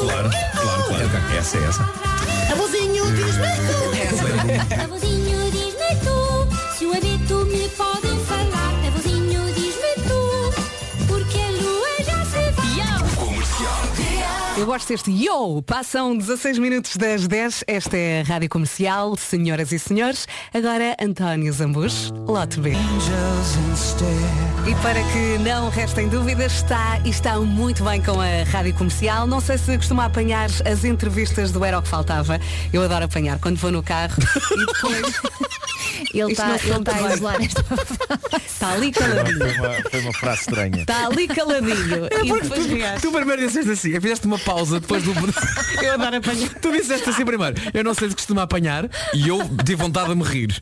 Speaker 12: Claro, claro, claro. Essa é essa.
Speaker 20: Avôzinho, diz-me (laughs) tu. Avôzinho, diz-me tu. Se o adito me pode falar. Avôzinho, diz-me tu. Porque a lua já se vai.
Speaker 1: Eu gosto deste yo! Passam 16 minutos das 10. Esta é a Rádio Comercial, senhoras e senhores. Agora António Zambus, lote B. E para que não restem dúvidas, está e está muito bem com a Rádio Comercial. Não sei se costuma apanhar as entrevistas do Era o que Faltava. Eu adoro apanhar quando vou no
Speaker 2: (laughs)
Speaker 1: carro e depois.
Speaker 2: Ele
Speaker 1: Isto
Speaker 2: está
Speaker 1: não foi
Speaker 2: ele tá
Speaker 1: muito
Speaker 2: a
Speaker 1: bem.
Speaker 2: isolar
Speaker 1: (laughs)
Speaker 2: esta
Speaker 1: Está ali caladinho.
Speaker 12: Foi uma frase estranha.
Speaker 1: Está ali
Speaker 9: (laughs)
Speaker 1: caladinho.
Speaker 9: É
Speaker 1: E
Speaker 9: porque
Speaker 1: depois reage.
Speaker 9: tu, tu primeiro disseste assim, eu fizeste uma pausa depois do.
Speaker 1: (laughs) Eu adoro apanhar.
Speaker 9: Tu disseste assim primeiro, eu não sei se costuma apanhar e eu tive vontade de me rir.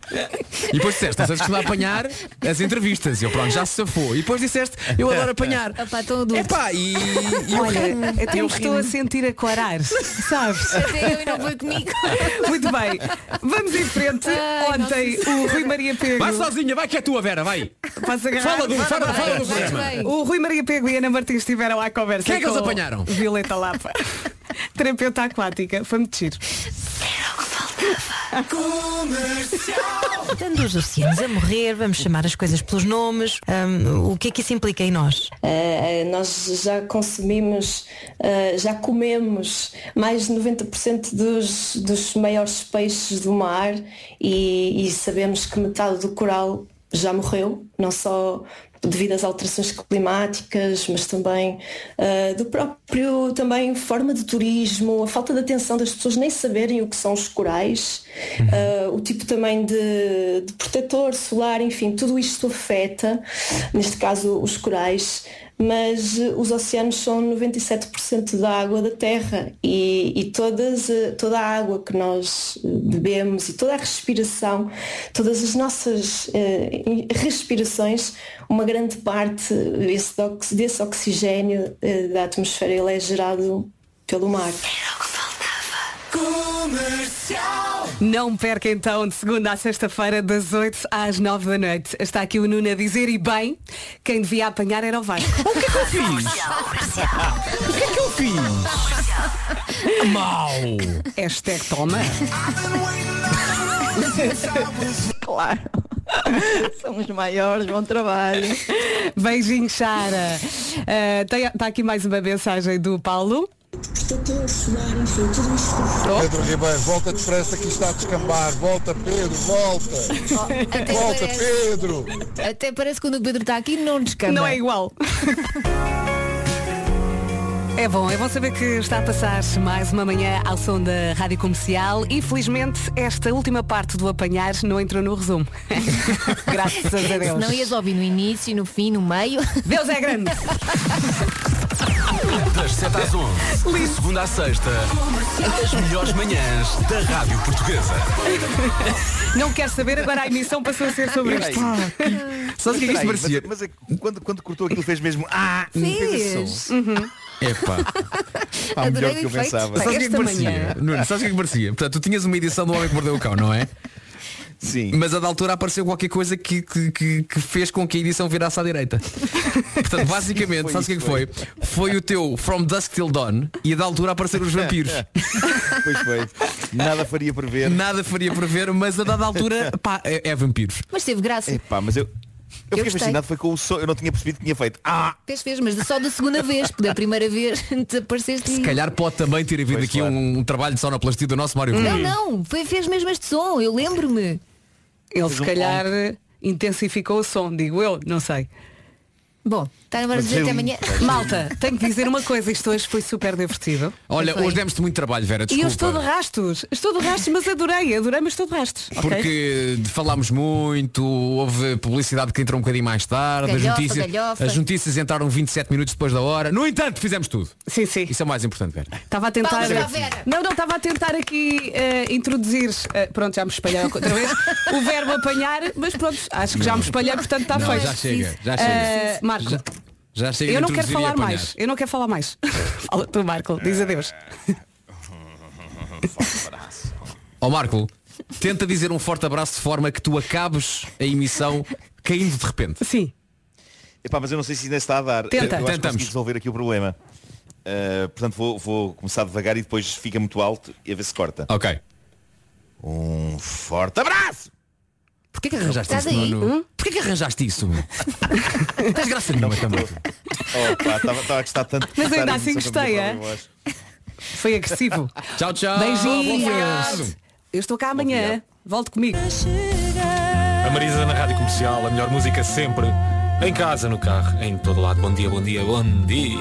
Speaker 9: E depois disseste, não sei se costuma apanhar as entrevistas. E eu pronto, já se safou. E depois disseste,
Speaker 1: (laughs)
Speaker 9: eu adoro apanhar.
Speaker 1: É.
Speaker 2: Epá, tão adulto.
Speaker 9: Epá, e- e eu
Speaker 1: Olha,
Speaker 9: ri-me.
Speaker 1: até
Speaker 9: Eu
Speaker 1: me estou a
Speaker 9: ri-me.
Speaker 1: sentir a coarar, sabes?
Speaker 2: Até eu e não foi comigo.
Speaker 1: Muito bem, vamos em frente.
Speaker 2: Ai,
Speaker 1: Ontem
Speaker 2: nossa
Speaker 1: o Rui (laughs) Maria Pego.
Speaker 9: Vai sozinha, vai que é tua, Vera, vai.
Speaker 1: Posso agarrar?
Speaker 9: Fala do,
Speaker 1: Vai,
Speaker 9: fala,
Speaker 1: vai,
Speaker 9: fala
Speaker 1: vai,
Speaker 9: do
Speaker 1: vai,
Speaker 9: programa.
Speaker 1: vai. O Rui Maria Pego e a Ana Martins estiveram à conversa.
Speaker 9: Quem é que eles
Speaker 1: com
Speaker 9: apanharam?
Speaker 1: Violeta Lapa. Terapeuta aquática, foi-me giro.
Speaker 21: (laughs) Dando os oceanos a morrer, vamos chamar as coisas pelos nomes. Ahm, o que é que isso implica em nós?
Speaker 22: Eh, eh, nós já consumimos, eh, já comemos mais de 90% dos, dos maiores peixes do mar e, e sabemos que metade do coral já morreu, não só devido às alterações climáticas, mas também ah, do próprio também forma de turismo, a falta de atenção das pessoas nem saberem o que são os corais, ah, o tipo também de, de protetor solar, enfim, tudo isto afeta, neste caso os corais, mas eh, os oceanos são 97% da água da Terra e, e todas, eh, toda a água que nós eh, bebemos e toda a respiração, todas as nossas eh, respirações, uma grande parte desse, ox- desse oxigênio eh, da atmosfera ele é gerado pelo mar.
Speaker 1: Não perca então de segunda à sexta-feira das 8 às 9 da noite. Está aqui o Nuno a dizer e bem, quem devia apanhar era o Vasco. o que é que eu fiz? o que é que eu fiz?
Speaker 9: Mal!
Speaker 1: Hashtag toma.
Speaker 8: claro. São os maiores, bom trabalho.
Speaker 1: Beijinho, Sara. Ah, tem- Está aqui mais uma mensagem do Paulo.
Speaker 10: Pedro Ribeiro, volta depressa que isto está a descambar. Volta, Pedro, volta.
Speaker 2: até
Speaker 10: volta,
Speaker 2: parece.
Speaker 10: Pedro.
Speaker 2: Até parece que quando o Pedro está aqui não descamba.
Speaker 1: Não é igual. É bom, é bom saber que está a passar mais uma manhã ao som da Rádio Comercial e felizmente esta última parte do apanhar não entrou no resumo. (laughs) Graças
Speaker 2: (laughs)
Speaker 1: a Deus.
Speaker 2: Não ias ouvir no início, no fim, no meio.
Speaker 1: (laughs) Deus é grande.
Speaker 16: Das 7 às 11. Segunda à sexta. As melhores manhãs da Rádio Portuguesa.
Speaker 1: Não quero saber, agora a emissão passou a ser sobre isto.
Speaker 9: Sabe o que é que isto
Speaker 12: Peraí,
Speaker 9: parecia?
Speaker 12: Mas, mas é que quando, quando cortou aquilo fez mesmo.
Speaker 9: Uhum.
Speaker 12: Ah!
Speaker 1: Fez.
Speaker 9: Epá.
Speaker 12: Pá, melhor do que eu pensava.
Speaker 9: Sabes o que é que parecia? Nuno, sabes o que é que parecia? Portanto, tu tinhas uma edição do Homem que Mordeu o Cão, não é?
Speaker 12: Sim.
Speaker 9: Mas a da altura apareceu qualquer coisa que, que, que- que fez com que a edição virasse à direita. Portanto, basicamente,
Speaker 12: Sim, foi
Speaker 9: sabes o que é que
Speaker 12: isso,
Speaker 9: foi? Foi o teu From Dusk Till Dawn e a da altura apareceram os vampiros.
Speaker 12: Pois foi. Nada faria prever.
Speaker 9: Nada faria prever, mas a dada altura, pá, é, é vampiros.
Speaker 2: (laughs) Mas teve graça.
Speaker 9: É.
Speaker 12: Epá, mas eu, eu, fiquei
Speaker 2: gostei.
Speaker 12: fascinado, foi com o som. Eu não tinha percebido que tinha feito. Ah!
Speaker 2: Fez, fez, mas só da segunda vez, porque da primeira vez (laughs) desapareceste.
Speaker 9: Se calhar pode também ter havido aqui um, um trabalho de sonoplastia do nosso Mário
Speaker 2: Não,
Speaker 9: Rui.
Speaker 2: não, foi, fez mesmo este som, eu lembro-me.
Speaker 1: Ele
Speaker 12: um
Speaker 1: se calhar intensificou o som, digo eu, não sei.
Speaker 2: Bom, está agora a dizer até amanhã.
Speaker 1: Malta, tenho que dizer uma coisa, isto hoje foi super divertido.
Speaker 9: Olha,
Speaker 1: Foi.
Speaker 9: hoje demos-te muito trabalho, Vera,
Speaker 1: E
Speaker 9: desculpa.
Speaker 1: eu estou de rastos, estou de rastos, mas adorei, adorei, mas estou de rastos. ok?
Speaker 9: Porque falámos muito, houve publicidade que entrou um bocadinho mais tarde, as,
Speaker 1: Galhofa,
Speaker 9: notícias,
Speaker 1: galhofa.
Speaker 9: as notícias entraram 27 minutos depois da hora. No entanto, fizemos tudo.
Speaker 1: Sim, sim.
Speaker 9: Isso é o mais importante, Vera.
Speaker 1: Estava a tentar.
Speaker 9: Palmas para a Vera.
Speaker 1: Não, não, estava a tentar aqui eh, introduzir. eh, pronto, já me espalhei outra vez. o verbo apanhar, mas pronto, acho que já me espalhei, portanto está
Speaker 9: Não,
Speaker 1: feito.
Speaker 9: já chega, já
Speaker 1: Eh,
Speaker 9: chega.
Speaker 1: Marco,
Speaker 9: Já- Já chega
Speaker 1: eu
Speaker 9: de
Speaker 1: não quero
Speaker 9: introduzir e
Speaker 1: falar
Speaker 9: apanhar.
Speaker 1: mais. Eu não quero falar mais. (laughs) Fala tu, Marco, diz adeus.
Speaker 12: Uhum,
Speaker 9: Ó Marco, tenta dizer um forte abraço de forma que tu acabes a emissão caindo de repente.
Speaker 1: Sim.
Speaker 12: Epá, mas eu não sei se ainda está a dar.
Speaker 9: Tenta.
Speaker 12: eu acho que
Speaker 9: Tentamos.
Speaker 12: consegui resolver aqui o problema. Uh, portanto, vou, vou começar devagar e depois fica muito alto e a ver se corta.
Speaker 9: Ok.
Speaker 12: Um forte abraço!
Speaker 9: Porquê que arranjaste
Speaker 12: Estás
Speaker 9: isso,
Speaker 12: aí?
Speaker 9: Nuno?
Speaker 12: Hum?
Speaker 9: Porquê que arranjaste
Speaker 12: (laughs)
Speaker 9: isso? Tens graça nenhuma também.
Speaker 12: Estava a gostar tanto de
Speaker 1: Mas
Speaker 12: cortar
Speaker 1: ainda
Speaker 12: a
Speaker 1: assim
Speaker 12: emissão para
Speaker 1: gostei,
Speaker 12: poder pôr a
Speaker 1: é?
Speaker 12: voz.
Speaker 1: Foi agressivo.
Speaker 9: Tchau, tchau.
Speaker 1: Beijinhos. Eu estou cá amanhã. Volte comigo.
Speaker 23: A Marisa na Rádio Comercial, a melhor música sempre, em casa, no carro, em todo lado. Bom dia, bom dia, bom dia.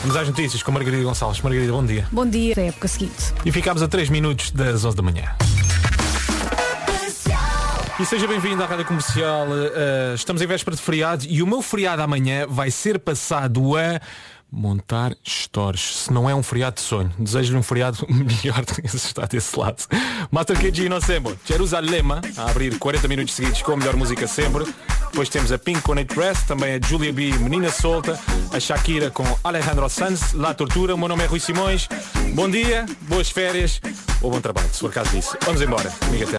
Speaker 23: Vamos às notícias com Margarida Gonçalves. Margarida, bom dia.
Speaker 8: Bom dia, da época seguinte.
Speaker 23: E ficámos a 3 minutos das 11 da manhã. E seja bem-vindo à Rádio Comercial. Uh, estamos em véspera de feriado e o meu feriado amanhã vai ser passado a montar stories. Se não é um feriado de sonho, desejo-lhe um feriado (laughs) melhor do que esse está desse lado. Master Kid e Nocembo, Jerusalema, a abrir 40 minutos seguidos com a melhor música sempre. Depois temos a Pink com Nate Dress, também a Julia B, Menina Solta, a Shakira com Alejandro Sanz, La Tortura. O meu nome é Rui Simões. Bom dia, boas férias ou bom trabalho, se for caso disso. Vamos embora. Amiga, até-